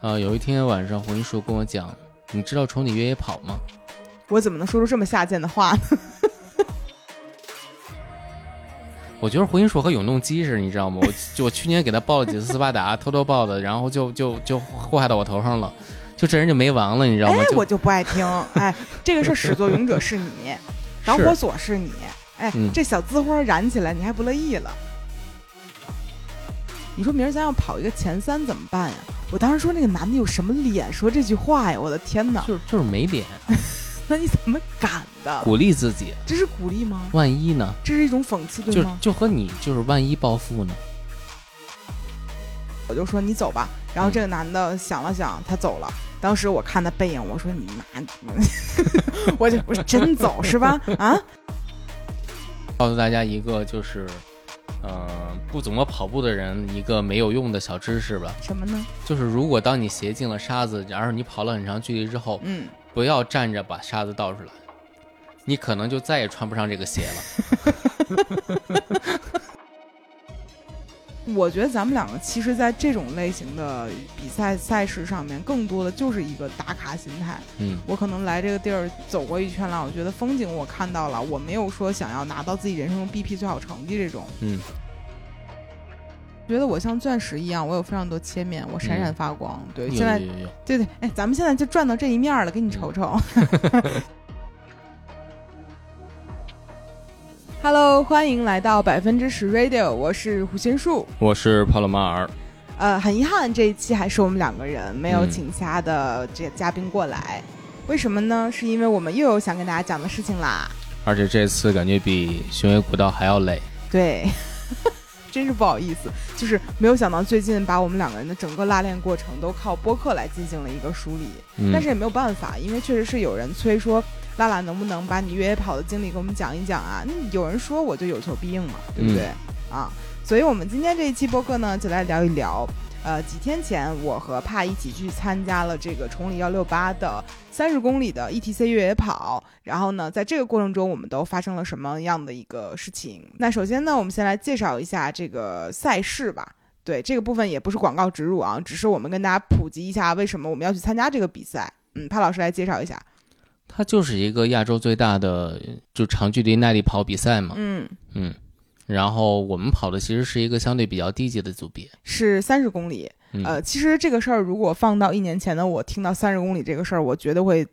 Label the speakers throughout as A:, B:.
A: 啊，有一天晚上，红衣叔跟我讲，你知道《宠你越野跑》吗？
B: 我怎么能说出这么下贱的话呢？
A: 我觉得胡云硕和永动机似的，你知道吗？我就我去年给他报了几次斯巴达，偷偷报的，然后就就就祸害到我头上了，就这人就没完了，你知道
B: 哎
A: 吗？，啊就
B: 我就不 爱听。哎，这个是始作俑者是你，导火索是你。哎
A: 嗯，
B: 这小滋花燃起来，你还不乐意了？你说明儿咱要跑一个前三怎么办呀？我当时说那个男的有什么脸说这句话呀？我的天哪！
A: 就是就是没脸，
B: 那你怎么敢的？
A: 鼓励自己，
B: 这是鼓励吗？
A: 万一呢？
B: 这是一种讽刺，对
A: 就
B: 吗？
A: 就和你就是万一暴富呢？
B: 我就说你走吧。然后这个男的想了想，他走了。当时我看他背影，我说你妈， 我就我说真走是吧？啊，
A: 告诉大家一个就是，呃，不怎么跑步的人一个没有用的小知识吧，
B: 什么呢？
A: 就是如果当你鞋进了沙子，然后你跑了很长距离之后，
B: 嗯，
A: 不要站着把沙子倒出来，你可能就再也穿不上这个鞋 了。
B: 我觉得咱们两个其实，在这种类型的比赛赛事上面，更多的就是一个打卡心态。
A: 嗯，
B: 我可能来这个地儿走过一圈了，我觉得风景我看到了，我没有说想要拿到自己人生中 BP 最好成绩这种。
A: 嗯，
B: 觉得我像钻石一样，我有非常多切面，我闪闪发光。对，
A: 有
B: 现在
A: 有有有。
B: 对对，哎，咱们现在就转到这一面儿了，给你
A: 嗯
B: 瞅瞅。Hello，欢迎来到百分之十 Radio，我是胡心树。
A: 我是帕洛马尔，
B: 呃，很遗憾，这一期还是我们两个人，没有
A: 嗯
B: 请其他的这个嘉宾过来。为什么呢？是因为我们又有想跟大家讲的事情啦。
A: 而且这次感觉比雄伟古道还要累。
B: 对， 真是不好意思，就是没有想到最近把我们两个人的整个拉练过程都靠播客来进行了一个梳理。
A: 嗯
B: 但是也没有办法，因为确实是有人催说，拉拉能不能把你越野跑的经历给我们讲一讲啊？那有人说我就有求必应嘛，对不对？啊，所以我们今天这一期播客呢，就来聊一聊。呃，几天前我和帕一起去参加了这个崇礼幺六八的三十公里的 ETC 越野跑，然后呢，在这个过程中我们都发生了什么样的一个事情？那首先呢，我们先来介绍一下这个赛事吧。对这个部分也不是广告植入啊，只是我们跟大家普及一下为什么我们要去参加这个比赛。嗯，潘老师来介绍一下。
A: 它就是一个亚洲最大的就长距离耐力跑比赛嘛，
B: 嗯，
A: 嗯，然后我们跑的其实是一个相对比较低级的组 别，
B: 是三十公里。
A: 嗯，
B: 呃，其实这个事儿如果放到一年前的我，听到三十公里这个事儿，我觉得会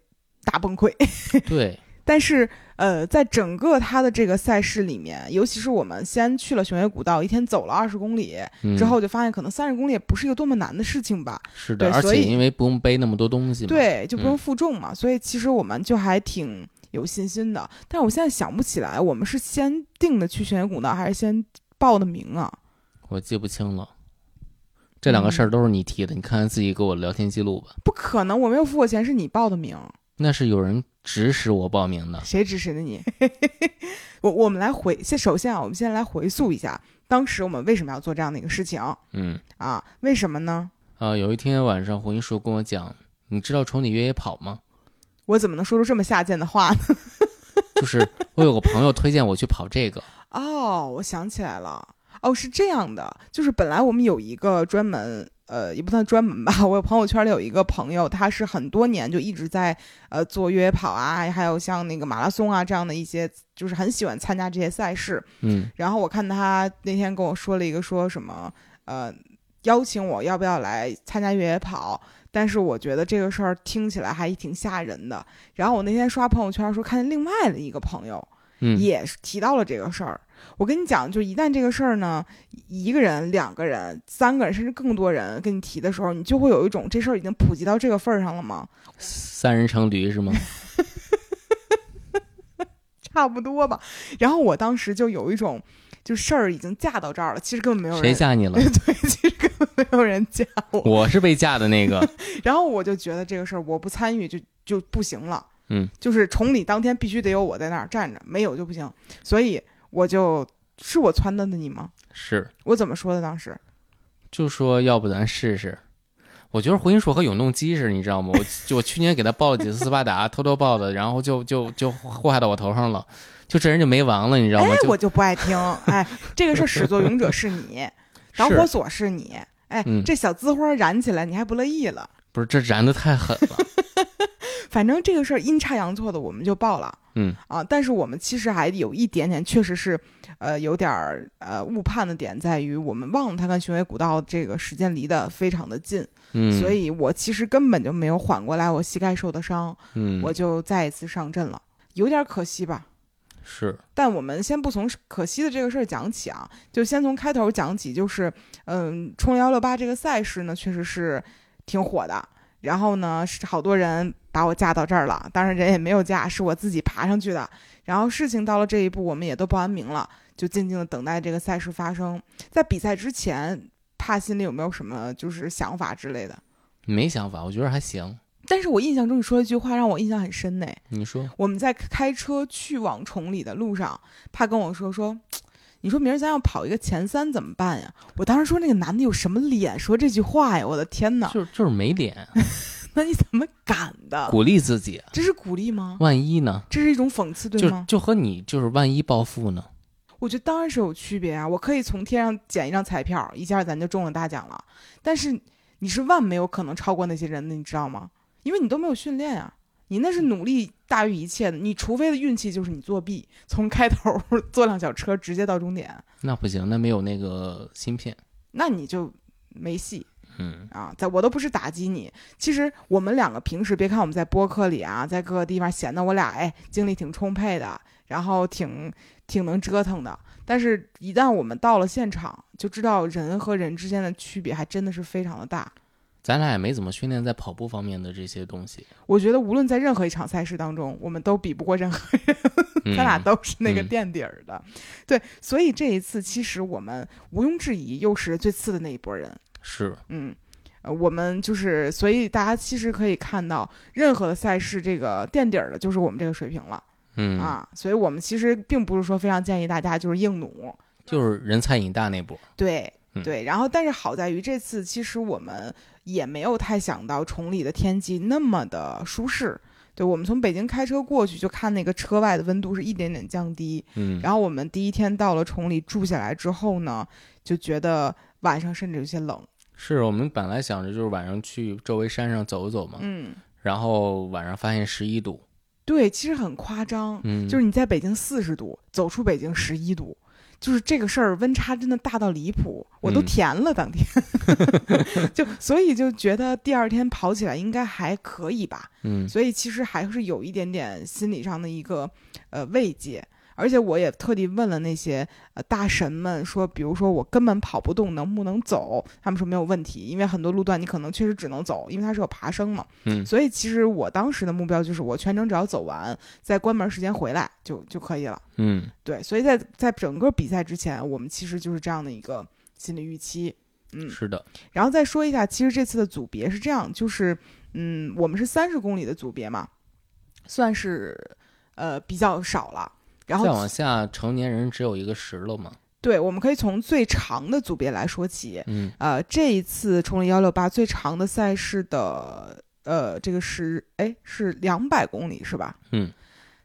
B: 大崩溃。
A: 对，
B: 但是，呃，在整个它的这个赛事里面，尤其是我们先去了雄野古道，一天走了二十公里，
A: 嗯、
B: 之后就发现可能三十公里也不是一个多么难的事情吧。
A: 是的，
B: 对
A: 而
B: 所
A: 且
B: 以
A: 因为不用背那么多东西嘛，，
B: 对，就不用
A: 嗯
B: 负重嘛，所以其实我们就还挺有信心的。但是我现在想不起来，我们是先定的去悬崖古道，还是先报的名啊？
A: 我记不清了。这两个
B: 嗯
A: 事儿都是你提的，你看看自己给我聊天记录吧。
B: 不可能，我没有付过钱，是你报的名，
A: 那是有人指使我报名的，
B: 谁指使的你？ 我我们来回先，首先啊，我们先来回溯一下当时我们为什么要做这样的一个事情
A: 嗯，
B: 啊？为什么呢？
A: 啊，有一天晚上胡一叔跟我讲，你知道崇礼越野跑吗？
B: 我怎么能说出这么下贱的话呢？
A: 就是我有个朋友推荐我去跑这个，
B: 哦，我想起来了，哦，是这样的，就是本来我们有一个专门，呃，也不算专门吧， 我朋友圈里有一个朋友，他是很多年就一直在呃做越野跑啊，还有像那个马拉松啊这样的一些，就是很喜欢参加这些赛事。
A: 嗯，
B: 然后我看他那天跟我说了一个说什么，呃，邀请我要不要来参加越野跑。但是我觉得这个事儿听起来还挺吓人的。然后我那天刷朋友圈说，看见另外的一个朋友，
A: 嗯，
B: 也是提到了这个事儿。我跟你讲，就一旦这个事儿呢，一个人、两个人、三个人，甚至更多人跟你提的时候，你就会有一种这事儿已经普及到这个份儿上了吗？
A: 三人成驴是吗？
B: 差不多吧。然后我当时就有一种，就事儿已经架到这儿了，其实根本没有
A: 谁
B: 人。
A: 吓 你了？
B: 对，其实根本没有人架我。
A: 我是被架的那个。
B: 然后我就觉得这个事儿我不参与就就不行了。
A: 嗯，
B: 就是崇礼当天必须得有我在那儿站着，没有就不行。所以我就是我撺掇的你吗？
A: 是，
B: 我怎么说的当时？
A: 就说要不咱试试。我觉得回音术和永动机似的，你知道吗？我就我去年给他报了几次斯巴达，偷偷报的，然后就就就祸害到我头上了，就这人就没完了，你知道吗
B: 哎？，
A: 就
B: 我就不爱听。哎，这个事儿始作 俑者是你，导火
A: 是
B: 索是你。哎，
A: 嗯
B: 这小滋花燃起来，你还不乐意了？
A: 不是这燃的太狠了，
B: 反正这个事儿阴差阳错的我们就报了
A: 嗯
B: 啊，但是我们其实还有一点点确实是，呃，有点儿呃误判的点在于我们忘了它跟巡回古道这个时间离得非常的近，
A: 嗯，
B: 所以我其实根本就没有缓过来，我膝盖受的伤，
A: 嗯
B: 我就再一次上阵了，有点可惜吧。
A: 是
B: 但我们先不从可惜的这个事儿讲起啊，就先从开头讲起，就是嗯，冲幺六八这个赛事呢，确实是挺火的。然后呢，是好多人把我架到这儿了，当然人也没有架，是我自己爬上去的。然后事情到了这一步，我们也都报完名了，就静静的等待这个赛事发生。在比赛之前，帕心里有没有什么就是想法之类的？
A: 没想法，我觉得还行。
B: 但是我印象中你说了一句话让我印象很深呢，
A: 你说，
B: 我们在开车去往崇礼的路上，他跟我说说。你说明儿咱要跑一个前三怎么办呀？我当时说那个男的有什么脸说这句话呀？我的天哪！
A: 就是就是没脸，
B: 那你怎么敢的？
A: 鼓励自己，
B: 这是鼓励吗？
A: 万一呢？
B: 这是一种讽刺，对
A: 就
B: 吗？
A: 就和你就是万一暴富呢？
B: 我觉得当然是有区别啊！我可以从天上捡一张彩票，一下咱就中了大奖了。但是你是万没有可能超过那些人的，你知道吗？因为你都没有训练啊，你那是努力大于一切的。你除非的运气就是你作弊，从开头坐辆小车直接到终点，
A: 那不行，那没有那个芯片。
B: 那你就没戏
A: 嗯
B: 啊！在我都不是打击你，其实我们两个平时，别看我们在播客里啊，在各个地方显得我俩哎精力挺充沛的，然后挺挺能折腾的，但是一旦我们到了现场，就知道人和人之间的区别还真的是非常的大。
A: 咱俩也没怎么训练在跑步方面的这些东西，
B: 我觉得无论在任何一场赛事当中，我们都比不过任何
A: 嗯
B: 咱俩都是那个
A: 嗯
B: 垫底儿的，对，所以这一次其实我们毋庸置疑又是最次的那一波人，
A: 是
B: 嗯，呃，我们就是，所以大家其实可以看到，任何的赛事这个垫底儿的就是我们这个水平了、
A: 嗯，
B: 啊，所以我们其实并不是说非常建议大家就是硬努，
A: 就是人菜瘾大那波。
B: 对
A: 嗯
B: 对，然后但是好在于这次其实我们也没有太想到崇礼的天气那么的舒适。对我们从北京开车过去，就看那个车外的温度是一点点降低，
A: 嗯，
B: 然后我们第一天到了崇礼住下来之后呢，就觉得晚上甚至有些冷。
A: 是我们本来想着就是晚上去周围山上走走嘛，
B: 嗯，
A: 然后晚上发现十一度，
B: 对，其实很夸张，
A: 嗯，
B: 就是你在北京四十度，走出北京十一度。就是这个事儿温差真的大到离谱，我都
A: 嗯
B: 甜了当天， 就所以就觉得第二天跑起来应该还可以吧，
A: 嗯
B: 所以其实还是有一点点心理上的一个呃慰藉。而且我也特地问了那些呃大神们说，比如说我根本跑不动，能不能走？他们说没有问题，因为很多路段你可能确实只能走，因为它是有爬升嘛。
A: 嗯
B: 所以其实我当时的目标就是我全程只要走完，在关门时间回来就就可以了。
A: 嗯，
B: 对，所以在在整个比赛之前，我们其实就是这样的一个心理预期。嗯，
A: 是的，
B: 然后再说一下，其实这次的组别是这样，就是嗯，我们是三十公里的组别嘛，算是呃比较少了。然
A: 再往
B: 后
A: 下成年人只有一个十了嘛，
B: 对，我们可以从最长的组别来说起。
A: 嗯
B: 呃，这一次冲了幺六八最长的赛事的呃这个是哎是两百公里是吧？
A: 嗯，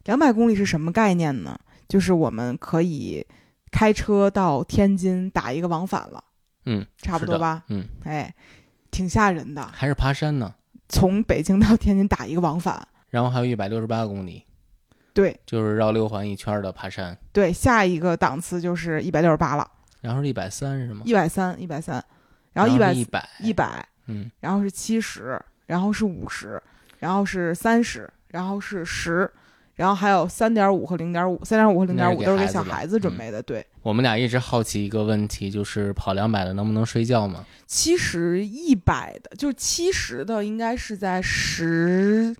B: 两百公里是什么概念呢？就是我们可以开车到天津打一个往返了，
A: 嗯，
B: 差不
A: 是
B: 多
A: 的
B: 吧？
A: 嗯，
B: 哎，挺吓人的。
A: 还是爬山呢，
B: 从北京到天津打一个往返。
A: 然后还有一百六十八公里，
B: 对
A: 就是绕六环一圈的爬山，
B: 对，下一个档次就是一百六十八了，
A: 然后是一百三是吗？
B: 一百三，一百三，然后一百
A: 一百
B: 一，百，
A: 嗯
B: 然后是七十，然后是五十，然后是三十，然后是十，然后还有三点五和零点五，三点五和零点五都是给小孩子准备的。嗯对，
A: 我们俩一直好奇一个问题，就是跑两百的能不能睡觉嘛？
B: 七十一百的，就是七十的应该是在十，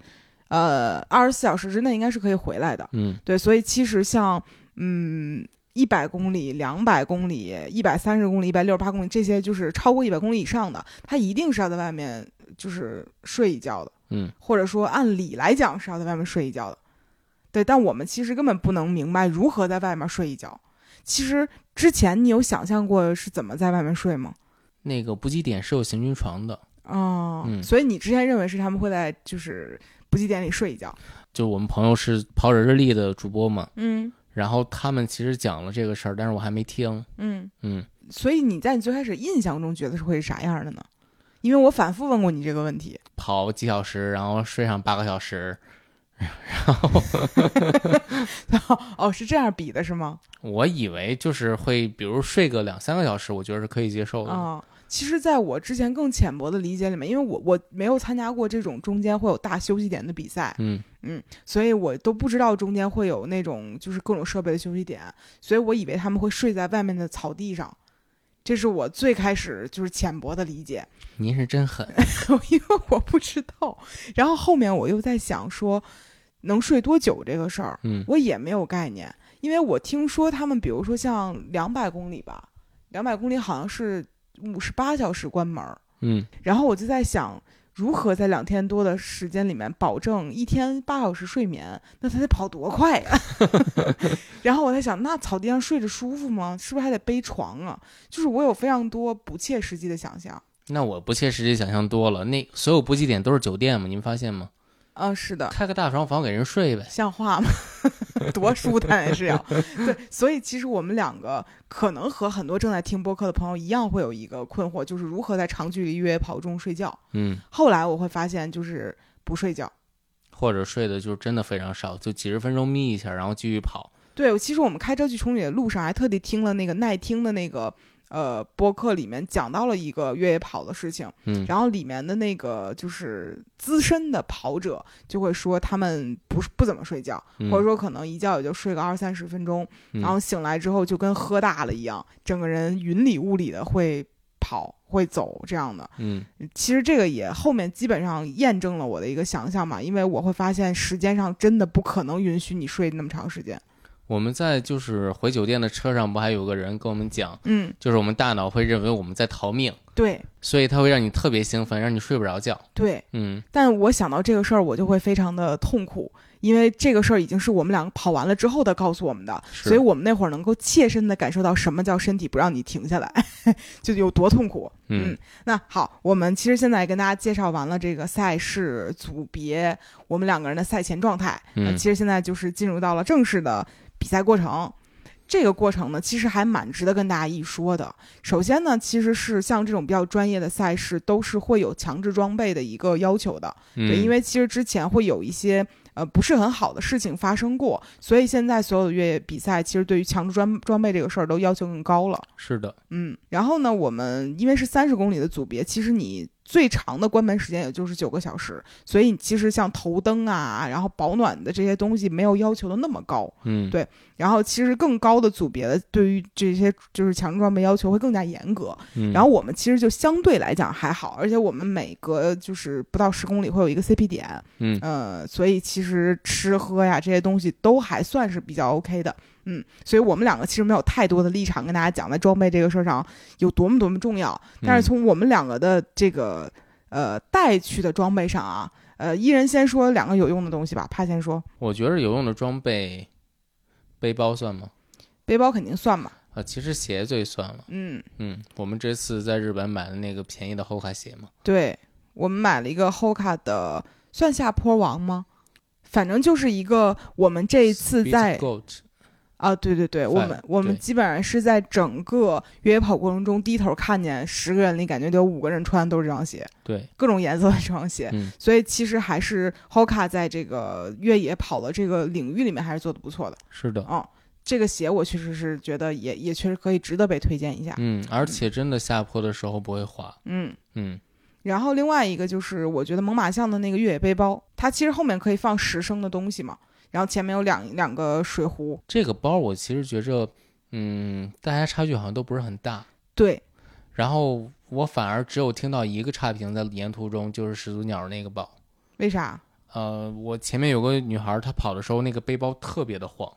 B: 呃，二十四小时之内应该是可以回来的。
A: 嗯
B: 对，所以其实像嗯一百公里、两百公里、一百三十公里、一百六十八公里这些，就是超过一百公里以上的，他一定是要在外面就是睡一觉的，
A: 嗯，
B: 或者说按理来讲是要在外面睡一觉的。对，但我们其实根本不能明白如何在外面睡一觉。其实之前你有想象过是怎么在外面睡吗？
A: 那个补给点是有行军床的，
B: 哦，
A: 嗯
B: 所以你之前认为是他们会在就是补给点里睡一觉？
A: 就我们朋友是跑者日历的主播嘛，
B: 嗯
A: 然后他们其实讲了这个事儿，但是我还没听。
B: 嗯。
A: 嗯，
B: 所以你在你最开始印象中觉得是会是啥样的呢？因为我反复问过你这个问题。
A: 跑几小时，然后睡上八个小时，
B: 哦，是这样比的是吗？
A: 我以为就是会，比如睡个两三个小时，我觉得是可以接受的。
B: 啊、其实在我之前更浅薄的理解里面，因为我我没有参加过这种中间会有大休息点的比赛，
A: 嗯
B: 所以我都不知道中间会有那种就是各种设备的休息点，所以我以为他们会睡在外面的草地上。这是我最开始就是浅薄的理解，
A: 您是真狠，
B: 因为我不知道。然后后面我又在想说，能睡多久这个事儿，
A: 嗯
B: 我也没有概念，因为我听说他们，比如说像两百公里吧，两百公里好像是五十八小时关门儿，
A: 嗯
B: 然后我就在想，如何在两天多的时间里面保证一天八小时睡眠？那他得跑多快呀、 然后我在想，那草地上睡着舒服吗？是不是还得背床啊？就是我有非常多不切实际的想象。
A: 那我不切实际想象多了。那所有补给点都是酒店嘛，你们发现吗？
B: 啊，是的，
A: 开个大床房给人睡呗。
B: 像话吗？ 多舒坦啊也是要。对，所以其实我们两个可能和很多正在听播客的朋友一样，会有一个困惑，就是如何在长距离越野跑中睡觉。
A: 嗯，
B: 后来我会发现，就是不睡觉。
A: 或者睡的就真的非常少，就几十分钟眯一下，然后继续跑。
B: 对，其实我们开车去崇礼的路上，还特地听了那个耐听的那个呃播客，里面讲到了一个越野跑的事情。
A: 嗯
B: 然后里面的那个就是资深的跑者就会说，他们不是不怎么睡觉，
A: 嗯
B: 或者说可能一觉也就睡个二三十分钟，
A: 嗯
B: 然后醒来之后就跟喝大了一样，整个人云里雾里的会跑会走这样的。
A: 嗯
B: 其实这个也后面基本上验证了我的一个想象嘛，因为我会发现时间上真的不可能允许你睡那么长时间。
A: 我们在就是回酒店的车上，不还有个人跟我们讲，
B: 嗯，
A: 就是我们大脑会认为我们在逃命，
B: 对。
A: 所以它会让你特别兴奋，让你睡不着觉。
B: 对，
A: 嗯
B: 但我想到这个事儿，我就会非常的痛苦，因为这个事儿已经是我们两个跑完了之后的告诉我们的，
A: 是
B: 所以我们那会儿能够切身的感受到什么叫身体不让你停下来， 就有多痛苦。
A: 嗯
B: 嗯那好，我们其实现在跟大家介绍完了这个赛事组别，我们两个人的赛前状态，那
A: 嗯
B: 其实现在就是进入到了正式的比赛过程。这个过程呢，其实还蛮值得跟大家一说的。首先呢，其实是像这种比较专业的赛事，都是会有强制装备的一个要求的。对，
A: 嗯，
B: 因
A: 为
B: 为其实之前会有一些呃不是很好的事情发生过，所以现在所有的越野比赛，其实对于强制装装备这个事儿都要求更高了。
A: 是的，
B: 嗯，然后呢，我们因为是三十公里的组别，其实你最长的关门时间也就是九个小时，所以你其实像头灯啊，然后保暖的这些东西没有要求的那么高。
A: 嗯
B: 对然后其实更高的组别的对于这些就是强制装备要求会更加严格。
A: 嗯
B: 然后我们其实就相对来讲还好，而且我们每隔就是不到十公里会有一个 CP 点，
A: 嗯
B: 呃，所以其实吃喝呀这些东西都还算是比较 OK 的，嗯，所以我们两个其实没有太多的立场跟大家讲在装备这个事儿上有多么多么重要，
A: 嗯
B: 但是从我们两个的这个呃带去的装备上啊，呃，一人先说两个有用的东西吧，他先说，
A: 我觉得有用的装备，背包算吗？
B: 背包肯定算吧，
A: 啊，其实鞋最算了。
B: 嗯，
A: 嗯，我们这次在日本买的那个便宜的 Hoka 鞋嘛，
B: 对，我们买了一个 Hoka 的，算下坡王吗？反正就是一个我们这一次
A: Speed
B: 在
A: Goat，
B: 啊，对对对，我
A: 在
B: 们我们
A: 对
B: 基本上是在整个越野跑过程中低头看见十个人里，感觉得有五个人穿的都是这双鞋，
A: 对，
B: 各种颜色的这双鞋。
A: 嗯
B: 所以其实还是 Hoka 在这个越野跑的这个领域里面还是做的不错的。
A: 是的，
B: 哦，这个鞋我确实是觉得也也确实可以值得被推荐一下。
A: 嗯，而且真的下坡的时候不会滑，
B: 嗯，
A: 嗯
B: 然后另外一个就是，我觉得猛犸象的那个越野背包，它其实后面可以放十升的东西嘛，然后前面有两两个水壶。
A: 这个包我其实觉着，嗯，大家差距好像都不是很大，
B: 对，
A: 然后我反而只有听到一个差评在沿途中，就是始祖鸟那个包，
B: 为啥？
A: 呃，我前面有个女孩，她跑的时候那个背包特别的晃，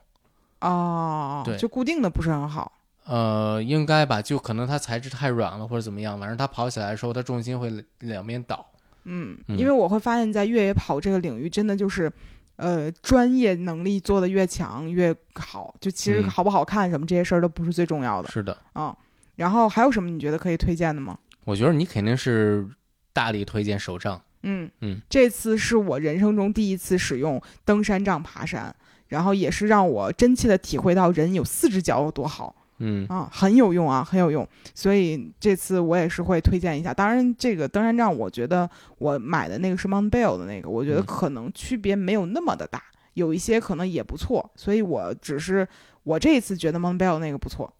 B: 哦
A: 对，
B: 就固定的不是很好。
A: 呃，应该吧，就可能它材质太软了或者怎么样，反正她跑起来的时候，她重心会两两边倒，
B: 嗯，
A: 嗯
B: 因为我会发现，在越野跑这个领域，真的就是，呃，专业能力做的越强越好。就其实
A: 嗯
B: 好不好看什么这些事儿都不是最重要的。
A: 是的。
B: 嗯，然后还有什么你觉得可以推荐的吗？
A: 我觉得你肯定是大力推荐手杖，
B: 嗯
A: 嗯，
B: 这次是我人生中第一次使用登山杖爬山，然后也是让我真切的体会到人有四只脚有多好。
A: 嗯
B: 啊，很有用啊，很有用。所以这次我也是会推荐一下。当然，这个登山杖，我觉得我买的那个是 Mount Bell 的那个，我觉得
A: 嗯
B: 可能区别没有那么的大，有一些可能也不错。所以我只是我这一次觉得 Mount Bell 那个不错。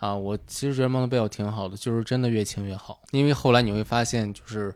A: 啊，我其实觉得 Mount Bell 挺好的，就是真的越轻越好，因为后来你会发现就是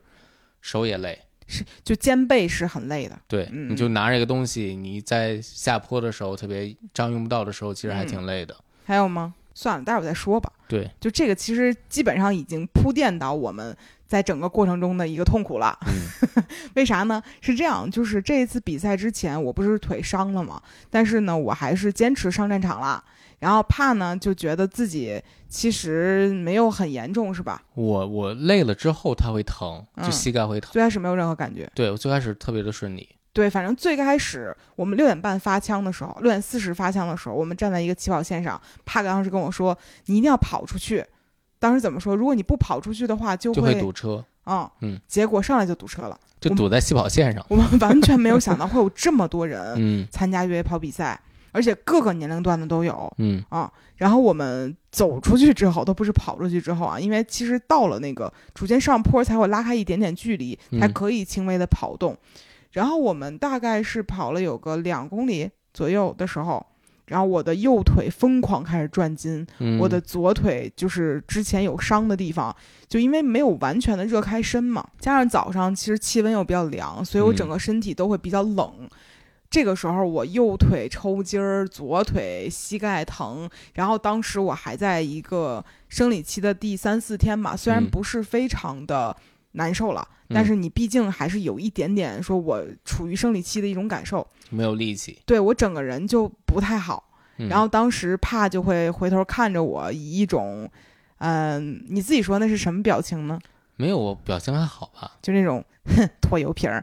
A: 手也累，
B: 是，就肩背是很累的，
A: 对，
B: 嗯
A: 你就拿这个东西，你在下坡的时候，特别杖用不到的时候，其实还
B: 嗯
A: 挺累的。
B: 还有吗？算了，待会儿再说吧。
A: 对，
B: 就这个其实基本上已经铺垫到我们在整个过程中的一个痛苦了。 为啥呢？是这样，就是这一次比赛之前，我不是腿伤了嘛，但是呢，我还是坚持上战场了。然后怕呢，就觉得自己其实没有很严重，是吧？
A: 我我累了之后，它会疼，就
B: 嗯
A: 膝盖会疼。
B: 最开始没有任何感觉。
A: 对我最开始特别的顺利，
B: 对，反正最开始我们六点半发枪的时候，六点四十发枪的时候，我们站在一个起跑线上，帕格当时跟我说：“你一定要跑出去。”当时怎么说？如果你不跑出去的话，就
A: 就
B: 会
A: 会堵车，
B: 嗯
A: 嗯。
B: 结果上来就堵车了，
A: 就堵在起跑线上。
B: 我们完全没有想到会有这么多人
A: 嗯
B: 参加越野跑比赛，而且各个年龄段的都有。
A: 嗯
B: 啊，然后我们走出去之后，都不是跑出去之后啊，因为其实到了那个逐渐上坡才会拉开一点点距离，才
A: 嗯
B: 可以轻微的跑动。然后我们大概是跑了有个两公里左右的时候，然后我的右腿疯狂开始转筋，
A: 嗯，
B: 我的左腿就是之前有伤的地方，就因为没有完全的热开身嘛，加上早上其实气温又比较凉，所以我整
A: 嗯
B: 个身体都会比较冷。这个时候我右腿抽筋儿，左腿膝盖疼，然后当时我还在一个生理期的第三四天嘛，虽然
A: 嗯
B: 不是非常的难受了，但
A: 嗯
B: 是你毕竟还是有一点点说我处于生理期的一种感受，
A: 没有力气。
B: 对我整个人就不太好。
A: 嗯、
B: 然后当时帕就会回头看着我，以一种，嗯、你自己说那是什么表情呢？
A: 没有，我表情还好吧，
B: 就那种哼拖油瓶儿。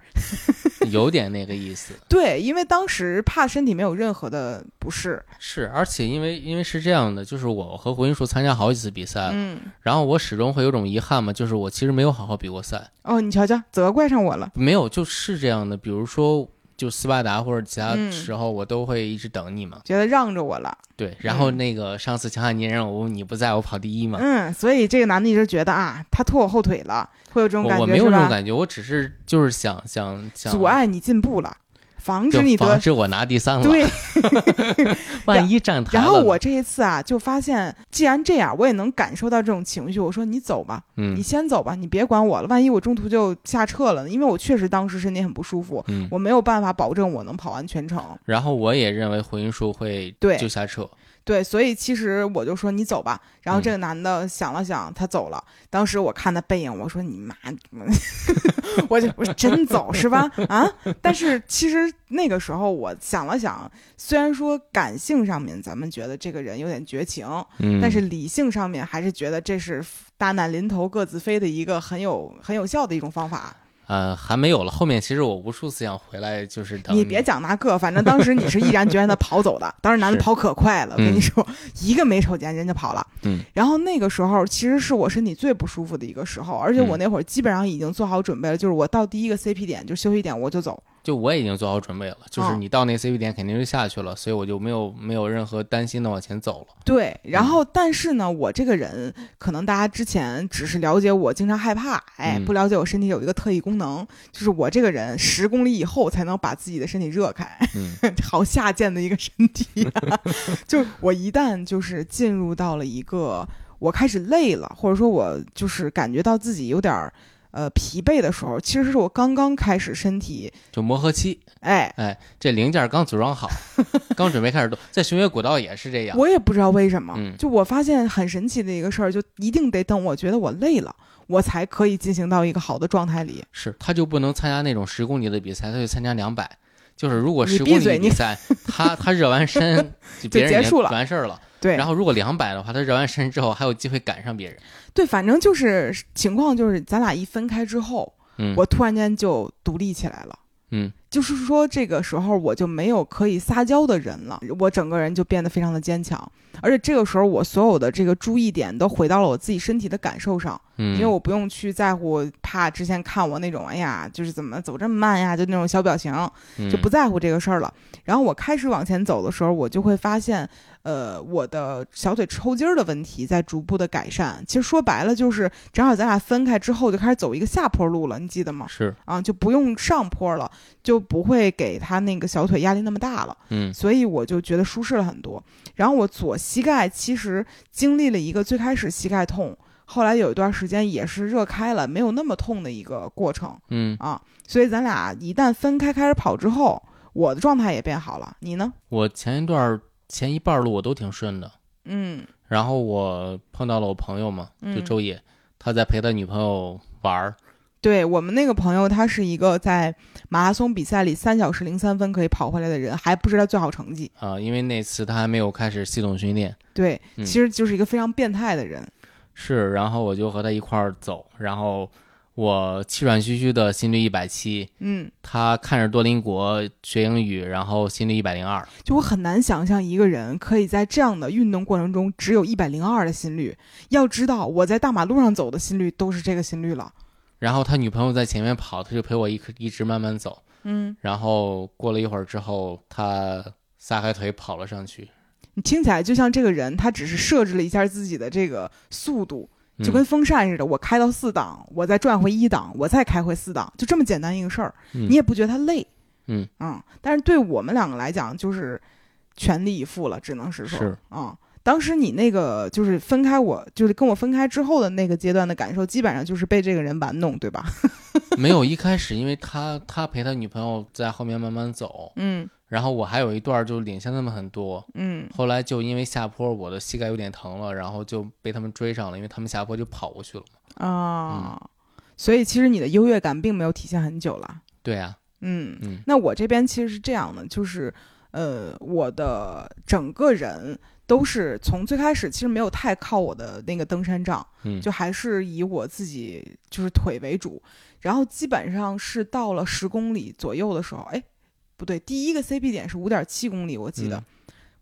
A: 有点那个意思。
B: 对，因为当时帕身体没有任何的不适，
A: 是，而且因为因为是这样的，就是我和胡云树参加好几次比赛了，
B: 嗯，
A: 然后我始终会有种遗憾嘛，就是我其实没有好好比过赛，
B: 哦，你瞧瞧，责怪上我了，
A: 没有就是这样的。比如说，就斯巴达或者其他
B: 嗯
A: 时候，我都会一直等你嘛。
B: 觉得让着我了，
A: 对，然后
B: 嗯
A: 那个上次强悍泥人，我你不在我跑第一嘛，
B: 嗯，所以这个男的一直觉得啊，他拖我后腿了，会有这种
A: 我
B: 嗯感
A: 我
B: 觉
A: 没有
B: 是
A: 那种
B: 吧？
A: 感觉，我只是就是想想想
B: 阻碍你进步了，防
A: 就
B: 止你
A: 防
B: 得
A: 止我拿第三了，
B: 对。
A: 万一站台
B: 然
A: 了呢，
B: 后我这一次啊，就发现既然这样，我也能感受到这种情绪，我说你走吧，你
A: 嗯
B: 先走吧，你别管我了。万一我中途就下撤了呢，因为我确实当时身体很不舒服，
A: 嗯，
B: 我没有办法保证我能跑完全程。
A: 然后我也认为胡云树会
B: 对
A: 就下车，
B: 对，所以其实我就说你走吧。然后
A: 嗯
B: 这个男的想了想，他走了。当时我看他背影，我说你妈， 我就我说真走是吧？啊！但是其实那个时候我想了想，虽然说感性上面咱们觉得这个人有点绝情，
A: 嗯，
B: 但是理性上面还是觉得这是大难临头各自飞的一个很有很有效的一种方法。
A: 呃还没有了，后面其实我无数次想回来，就是等
B: 你别讲那个，反正当时你是毅然决然的跑走的，当时男的
A: 是
B: 跑可快了，我跟
A: 嗯
B: 你说，一个没瞅见人就跑了。
A: 嗯，
B: 然后那个时候其实是我身体最不舒服的一个时候，而且我
A: 嗯
B: 那会儿基本上已经做好准备了，就是我到第一个 CP 点就休息点我就走。
A: 就我也已经做好准备了，就是
B: 嗯
A: 你到那 CP 点肯定就下去了，所以我就没有没有任何担心的往前走了。
B: 对，然后但是呢，我这个人可能大家之前只是了解我经常害怕，哎，
A: 嗯
B: 不了解我身体有一个特异功能，就是我这个人十公里以后才能把自己的身体热开，
A: 嗯
B: 好下贱的一个身体、啊。 就我一旦就是进入到了一个我开始累了，或者说我就是感觉到自己有点儿呃疲惫的时候，其实是我刚刚开始身体
A: 就磨合期，
B: 哎。
A: 哎，这零件刚组 装好，刚准备开始动，在熊野古道也是这样。
B: 我也不知道为什么，
A: 嗯
B: 就我发现很神奇的一个事儿，就一定得等我觉得我累了，我才可以进行到一个好的状态里。
A: 是，他就不能参加那种十公里的比赛，他就参加两百。就是如果
B: 你
A: 十
B: 闭
A: 公里
B: 嘴
A: 的
B: 你
A: 比赛，他他热完 身，就别人
B: 结
A: 已经
B: 束了
A: 完事儿了。
B: 对，
A: 然后如果两百的话，他热完身之后还有机会赶上别人。
B: 对，反正就是情况就是咱俩一分开之后，
A: 嗯，
B: 我突然间就独立起来了。
A: 嗯，
B: 就是说这个时候我就没有可以撒娇的人了，我整个人就变得非常的坚强，而且这个时候我所有的这个注意点都回到了我自己身体的感受上，
A: 嗯
B: 因为我不用去在乎怕之前看我那种哎呀就是怎么走这么慢呀，就那种
A: 嗯
B: 小表情，就不在乎这个事儿了。然后我开始往前走的时候，我就会发现，呃，我的小腿抽筋儿的问题在逐步的改善。其实说白了就是，正好咱俩分开之后就开始走一个下坡路了，你记得吗？
A: 是，
B: 啊，就不用上坡了，就不会给他那个小腿压力那么大了，
A: 嗯
B: 所以我就觉得舒适了很多。然后我左膝盖其实经历了一个最开始膝盖痛，后来有一段时间也是热开了，没有那么痛的一个过程
A: 嗯，
B: 啊。所以咱俩一旦分开开始跑之后，我的状态也变好了，你呢？
A: 我前一段儿前一半儿路我都挺顺的，
B: 嗯
A: 然后我碰到了我朋友嘛，就
B: 嗯
A: 周野，他在陪他女朋友玩儿，
B: 对我们那个朋友，他是一个在马拉松比赛里三小时零三分可以跑回来的人，还不是他最好成绩。
A: 啊、因为那次他还没有开始系统训练，
B: 对，
A: 嗯
B: 其实就是一个非常变态的人。
A: 是，然后我就和他一块儿走，然后我气喘吁吁的心率一百七，
B: 嗯，
A: 他看着多邻国学英语，然后心率一百零二，
B: 就我很难想象一个人可以在这样的运动过程中只有一百零二的心率。要知道，我在大马路上走的心率都是这个心率了。
A: 然后他女朋友在前面跑，他就陪我一一直慢慢走，
B: 嗯，
A: 然后过了一会儿之后，他撒开腿跑了上去，
B: 你听起来就像这个人他只是设置了一下自己的这个速度，
A: 嗯
B: 就跟风扇似的，我开到四档，我再转回一档，我再开回四档，就这么简单一个事儿，
A: 嗯
B: 你也不觉得它累。
A: 嗯
B: 但是对我们两个来讲，就是全力以赴了，只能是说，
A: 是
B: 嗯。当时你那个就是分开我，就是跟我分开之后的那个阶段的感受，基本上就是被这个人玩弄，对吧？
A: 没有一开始，因为他他陪他女朋友在后面慢慢走，
B: 嗯
A: 然后我还有一段儿就领先他们很多，
B: 嗯
A: 后来就因为下坡我的膝盖有点疼了，然后就被他们追上了，因为他们下坡就跑过去了嘛。
B: 啊，所以其实你的优越感并没有体现很久了。
A: 对啊，
B: 嗯，
A: 嗯
B: 那我这边其实是这样的，就是呃，我的整个人都是从最开始其实没有太靠我的那个登山杖，
A: 嗯
B: 就还是以我自己就是腿为主，然后基本上是到了十公里左右的时候，哎，不对，第一个 CP 点是五点七公里，我记得。
A: 嗯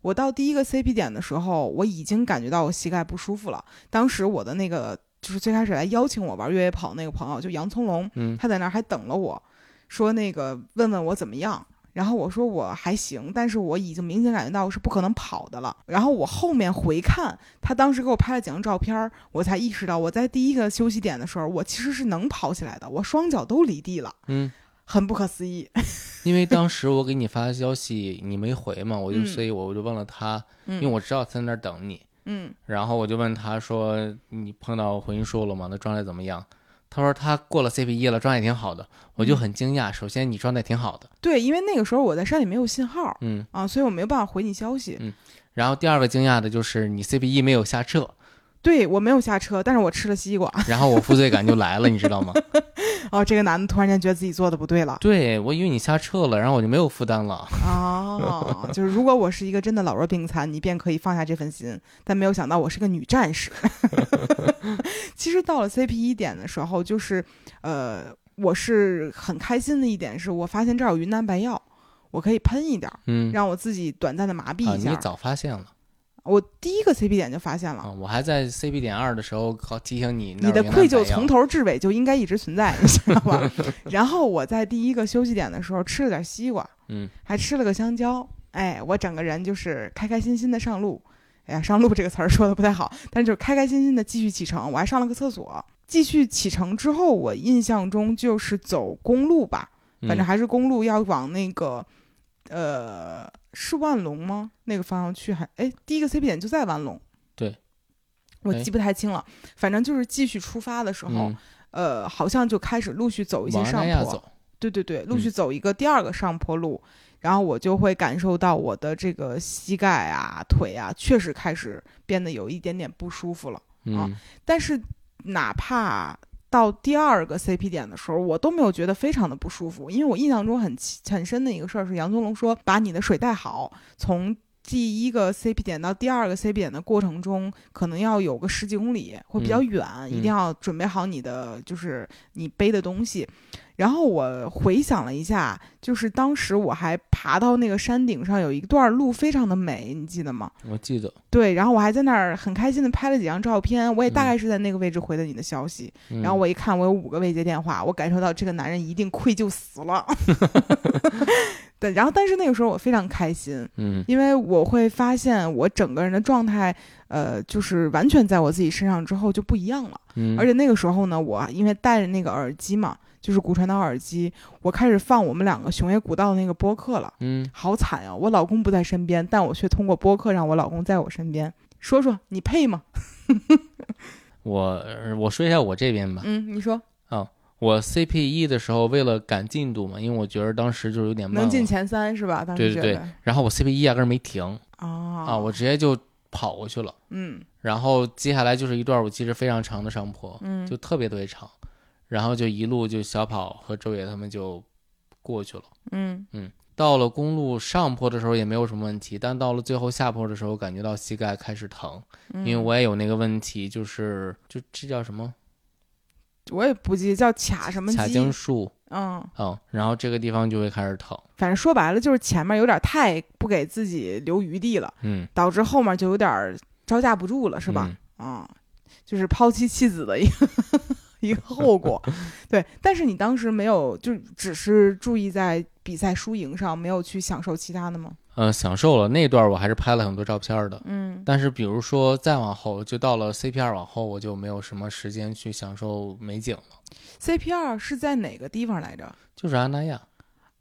B: 我到第一个 CP 点的时候，我已经感觉到我膝盖不舒服了。当时我的那个就是最开始来邀请我玩越野跑那个朋友，就洋葱龙，
A: 嗯
B: 他在那儿还等了我，说那个问问我怎么样。然后我说我还行，但是我已经明显感觉到我是不可能跑的了。然后我后面回看他当时给我拍了几张照片儿，我才意识到我在第一个休息点的时候，我其实是能跑起来的，我双脚都离地了，
A: 嗯，
B: 很不可思议。
A: 因为当时我给你发消息，你没回嘛，我就、
B: 嗯
A: 所以我就问了他，因为
B: 嗯
A: 我知道他在那儿等你，
B: 嗯
A: 然后我就问他说你碰到回音术了吗？那状态怎么样？他说他过了 CP 一了，状态挺好的，我
B: 嗯
A: 就很惊讶。首先你状态挺好的，
B: 对，因为那个时候我在山里没有信号
A: 嗯，
B: 啊，所以我没有办法回你消息。
A: 然后第二个惊讶的就是你 CP 一没有下撤，
B: 对我没有下车，但是我吃了西瓜。
A: 然后我负罪感就来了，你知道吗？。
B: 哦，这个男的突然间觉得自己做的不对了
A: 对我以为你下撤了，然后我就没有负担了。
B: 哦，就是如果我是一个真的老弱病残，你便可以放下这份心。但没有想到我是个女战士。 其实到了 CP 一点的时候，就是呃，我是很开心的一点是，我发现这儿有云南白药，我可以喷一点儿，
A: 嗯，
B: 让我自己短暂的麻痹
A: 啊，
B: 一下。
A: 你早发现了
B: 我第一个 CP 点就发现了。
A: 啊！我还在 CP 点二的时候靠提醒你那儿
B: 你的
A: 有
B: 愧
A: 原
B: 疚
A: 来白药
B: 从头至尾就应该一直存在，你知道吧？ 然后我在第一个休息点的时候吃了点西瓜，
A: 嗯，
B: 还吃了个香蕉，哎，我整个人就是开开心心的上路。哎呀，上路这个词儿说的不太好，但是就是开开心心的继续启程。我还上了个厕所。继续启程之后，我印象中就是走公路吧，反
A: 嗯
B: 正还是公路，要往那个，呃，是万隆吗？那个方向去还，哎，第一个 CP 点就在万隆。
A: 对，
B: 我
A: 哎
B: 记不太清了，反正就是继续出发的时候，
A: 嗯
B: 呃，好像就开始陆续走一些
A: 往
B: 上
A: 南亚
B: 坡，啊
A: 走，
B: 对对对，陆
A: 嗯
B: 续走一个第二个上坡路，然后我就会感受到我的这个膝盖啊、腿啊，确实开始变得有一点点不舒服了。
A: 嗯
B: 但是哪怕到第二个 CP 点的时候，我都没有觉得非常的不舒服，因为我印象中很奇很深的一个事儿是杨宗龙说把你的水带好，从。第一个 CP 点到第二个 CP 点的过程中，可能要有个十几公里，会比较远，一定要准备好你的就是你背的东西。然后我回想了一下，就是当时我还爬到那个山顶上，有一段路非常的美，你记得吗？
A: 我记得，
B: 对，然后我还在那儿很开心的拍了几张照片，我也大
A: 嗯
B: 概是在那个位置回的你的消息。
A: 嗯
B: 然后我 一看，我有五个未接电话，我感受到这个男人一定愧疚死了。 对，然后但是那个时候我非常开心，
A: 嗯
B: 因为我会发现我整个人的状态，呃，就是完全在我自己身上之后就不一样了。
A: 嗯，
B: 而且那个时候呢，我因为戴着那个耳机嘛，就是骨传导耳机，我开始放我们两个《熊野古道》那个播客了。
A: 嗯
B: 好惨啊！我老公不在身边，但我却通过播客让我老公在我身边。说说你配吗？
A: 我我说一下我这边吧，
B: 嗯，你说
A: 我 CP 一的时候为了赶进度嘛，因为我觉得当时就是有点慢
B: 能
A: 了，
B: 进前三是吧？当时
A: 啊对
B: 觉
A: 对
B: 得
A: 对，然后我 CP 一压根儿没停
B: 啊
A: 啊，
B: 啊
A: 我直接就跑过去了。
B: 嗯
A: 然后接下来就是一段我记着非常长的上坡，
B: 嗯
A: 就特别特别长，然后就一路就小跑和周野他们就过去了。
B: 嗯
A: 到了公路上坡的时候也没有什么问题，但到了最后下坡的时候，感觉到膝盖开始疼，
B: 嗯，
A: 因为我也有那个问题，就是就这叫什么
B: 我也不记得叫卡什么
A: 髂
B: 肌
A: 胫，束，
B: 嗯，
A: 嗯，然后这个地方就会开始疼，
B: 反正说白了就是前面有点太不给自己留余地了，
A: 嗯，
B: 导致后面就有点招架不住了，是吧？
A: 嗯
B: 啊、就是抛妻弃子的一个 一个后果。 对，但是你当时没有，就只是注意在比赛输赢上，没有去享受其他的吗？
A: 呃，享受了那段，我还是拍了很多照片儿的。
B: 嗯
A: 但是，比如说再往后，就到了 CP 二往后，我就没有什么时间去享受美景了。
B: ，CP 二是在哪个地方来着？
A: 就是阿那亚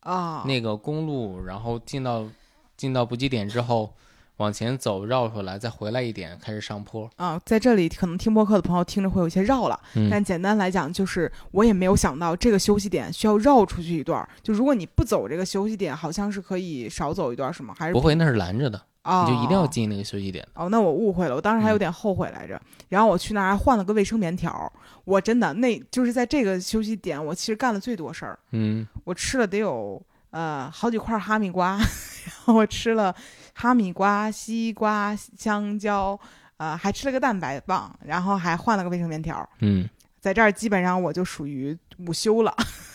B: 啊，
A: 那个公路，然后进到进到补给点之后，往前走绕回来，再回来一点，开始上坡。
B: 啊，在这里可能听播客的朋友听着会有一些绕了，
A: 嗯
B: 但简单来讲，就是我也没有想到这个休息点需要绕出去一段儿。就如果你不走这个休息点，好像是可以少走一段儿，是吗？还是
A: 不会，那是拦着的，
B: 啊？
A: 你就一定要进那个休息点。
B: 哦，那我误会了，我当时还有点后悔来着。然后我去那儿还换了个卫生棉条儿，我真的那就是在这个休息点，我其实干了最多事儿。
A: 嗯
B: 我吃了得有呃好几块哈密瓜，然后我吃了哈密瓜、西瓜、香蕉，呃，还吃了个蛋白棒，然后还换了个卫生棉条儿。
A: 嗯
B: 在这儿基本上我就属于午休了。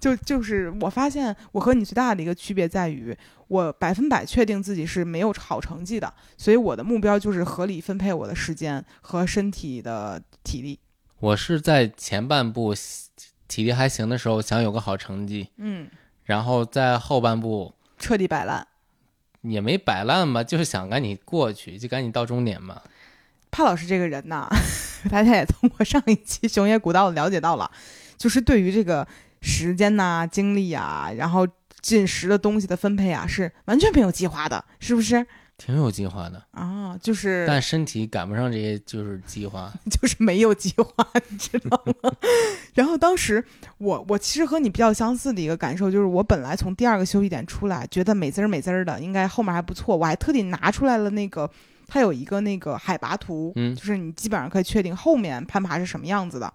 B: 就就是我发现我和你最大的一个区别在于，我百分百确定自己是没有好成绩的，所以我的目标就是合理分配我的时间和身体的体力。
A: 我是在前半部体力还行的时候想有个好成绩，
B: 嗯，
A: 然后在后半部
B: 彻底摆烂。
A: 也没摆烂吧，就是想赶紧过去，就赶紧到终点嘛。
B: 帕老师这个人呐， 大家也通过上一期《熊野古道》了解到了，就是对于这个时间呐、精力啊，然后进食的东西的分配啊，是完全没有计划的，是不是？
A: 挺有计划的，
B: 啊，就是
A: 但身体赶不上这些就是计划。
B: 就是没有计划，你知道吗？ 然后当时我我其实和你比较相似的一个感受就是，我本来从第二个休息点出来，觉得美滋儿美滋儿的，应该后面还不错，我还特地拿出来了那个，它有一个那个海拔图，
A: 嗯
B: 就是你基本上可以确定后面攀爬是什么样子的。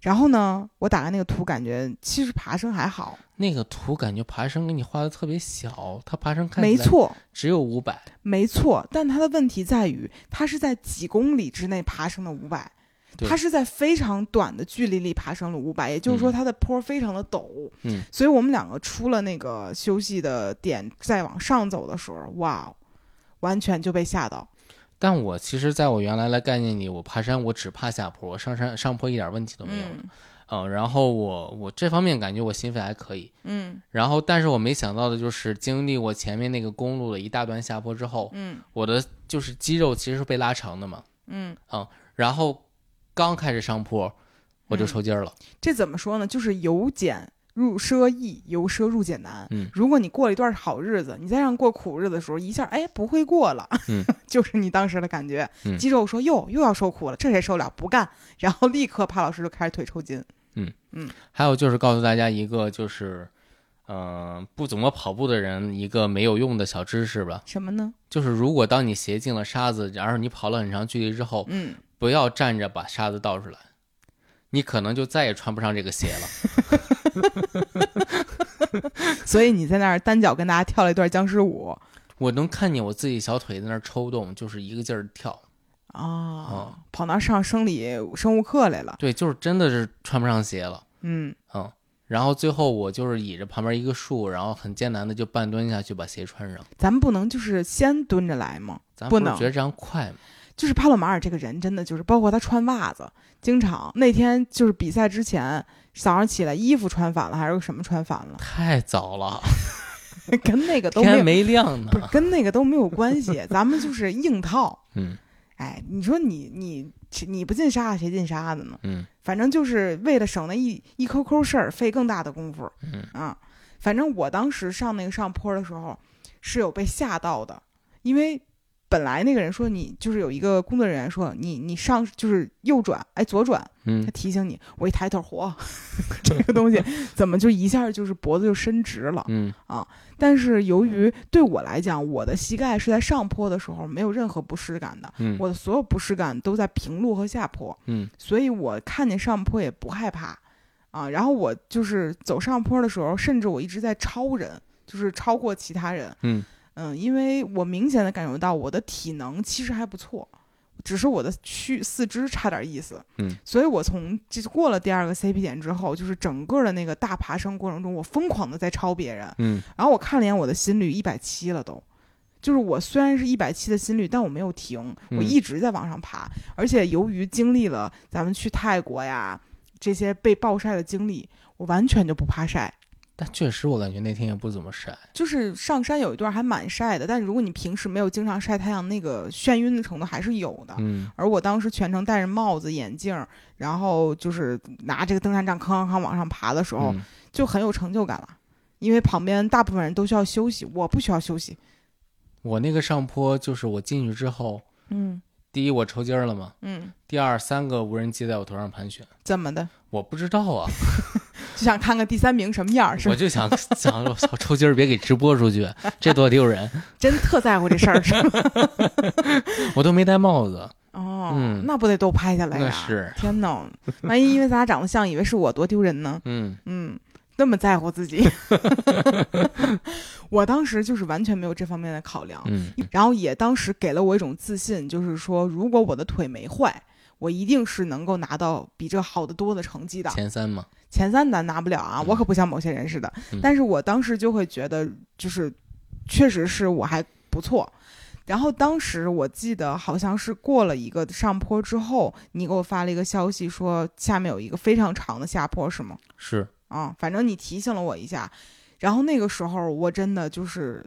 B: 然后呢，我打开那个图，感觉其实爬升还好，
A: 那个图感觉爬升给你画的特别小，它爬升看起
B: 没
A: 来
B: 错，
A: 只有五百，
B: 没错，但它的问题在于，它是在几公里之内爬升的五百，
A: 对
B: 它是在非常短的距离里爬升了五百，也就是
A: 嗯
B: 说它的坡非常的陡。
A: 嗯，
B: 所以我们两个出了那个休息的点，再往上走的时候，哇，哦完全就被吓到。
A: 但我其实在我原来的概念里，我爬山我只怕下坡，我上山上坡一点问题都没有。嗯
B: 嗯
A: 然后我我这方面感觉我心肺还可以。
B: 嗯
A: 然后，但是我没想到的就是，经历我前面那个公路的一大段下坡之后，
B: 嗯
A: 我的就是肌肉其实是被拉长的嘛。
B: 嗯，
A: 然后刚开始上坡，我就抽筋儿了。
B: 这怎么说呢？就是由俭入奢易，由奢入俭难。
A: 嗯
B: 如果你过了一段好日子，你再让过苦日子的时候，一下哎不会过了，
A: 嗯
B: 就是你当时的感觉。
A: 嗯
B: 肌肉说哟又要受苦了，这谁受了？不干，然后立刻帕老师就开始腿抽筋。
A: 还有就是告诉大家一个就是，嗯、不怎么跑步的人一个没有用的小知识吧，
B: 什么呢？
A: 就是如果当你鞋进了沙子，然后你跑了很长距离之后，
B: 嗯，
A: 不要站着把沙子倒出来，你可能就再也穿不上这个鞋了。
B: 所以你在那儿单脚跟大家跳了一段僵尸舞
A: 我能看见我自己小腿在那儿抽动，就是一个劲儿跳。
B: 啊，
A: 哦
B: 跑那儿上生理生物课来了。
A: 对，就是真的是穿不上鞋了，
B: 嗯，
A: 嗯。然后最后我就是倚着旁边一个树，然后很艰难的就半蹲下去把鞋穿上。
B: 咱们不能就是先蹲着来吗？
A: 咱
B: 不
A: 是
B: 能
A: 觉得这样快吗？
B: 就是帕洛马尔这个人真的就是，包括他穿袜子，经常那天就是比赛之前早上起来衣服穿反了，还是什么穿反了，
A: 太早了，
B: 跟那个都
A: 天
B: 没
A: 还
B: 有，
A: 没亮
B: 不是
A: 呢。
B: 跟那个都没有关系，咱们就是硬套。
A: 嗯
B: 哎，你说你你你不进沙子，谁进沙子呢？
A: 嗯
B: 反正就是为了省那一一抠抠事儿，费更大的功夫。
A: 嗯
B: 啊，反正我当时上那个上坡的时候是有被吓到的，因为本来那个人说你就是有一个工作人员说你你上就是右转，哎左转，他
A: 嗯
B: 提醒你，我一抬头，嚯， 这个东西怎么就一下就是脖子就伸直了？
A: 嗯
B: 但是由于对我来讲，我的膝盖是在上坡的时候没有任何不适感的，
A: 嗯
B: 我的所有不适感都在平路和下坡，
A: 嗯
B: 所以我看见上坡也不害怕啊。然后我就是走上坡的时候，甚至我一直在超人，就是超过其他人。
A: 嗯
B: 嗯，因为我明显的感觉到我的体能其实还不错，只是我的躯四肢差点意思。
A: 嗯，
B: 所以我从这过了第二个 CP 点之后，就是整个的那个大爬升过程中，我疯狂的在超别人。
A: 嗯
B: 然后我看了一眼我的心率，一百七了都。就是我虽然是一百七的心率，但我没有停，
A: 嗯
B: 我一直在往上爬。而且由于经历了咱们去泰国呀这些被暴晒的经历，我完全就不怕晒。
A: 但确实我感觉那天也不怎么晒。啊
B: 就是上山有一段还蛮晒的，但如果你平时没有经常晒太阳，那个眩晕的程度还是有的。
A: 嗯
B: 而我当时全程戴着帽子、眼镜儿，然后就是拿这个登山杖吭吭吭往上爬的时候，
A: 嗯
B: 就很有成就感了。因为旁边大部分人都需要休息，我不需要休息。
A: 我那个上坡就是我进去之后，
B: 嗯
A: 第一我抽筋儿了嘛，
B: 嗯，
A: 第二三个无人机在我头上盘旋，
B: 怎么的？
A: 我不知道啊，
B: 就想看看第三名什么样 儿，是
A: 我
B: 吧？
A: 就想 想我操抽筋儿别给直播出去，这多丢人！
B: 真特在乎这事儿，是 吧？
A: 我都没戴帽子，
B: 哦，
A: 嗯
B: 那不得都拍下来呀、
A: 那是
B: 天哪，万一因为咱俩长得像，以为是我多丢人呢？
A: 嗯
B: 嗯，那么在乎自 己，我当时就是完全没有这方面的考量，
A: 嗯
B: 然后也当时给了我一种自信，就是说，如果我的腿没坏，我一定是能够拿到比这好得多的成绩的。
A: 前三嘛，
B: 前三咱拿不了啊，
A: 嗯
B: 我可不像某些人似的。
A: 嗯
B: 但是我当时就会觉得，就是确实是我还不错。然后当时我记得好像是过了一个上坡之后，你给我发了一个消息说下面有一个非常长的下坡，是吗？
A: 是
B: 啊，反正你提醒了我一下。然后那个时候我真的就是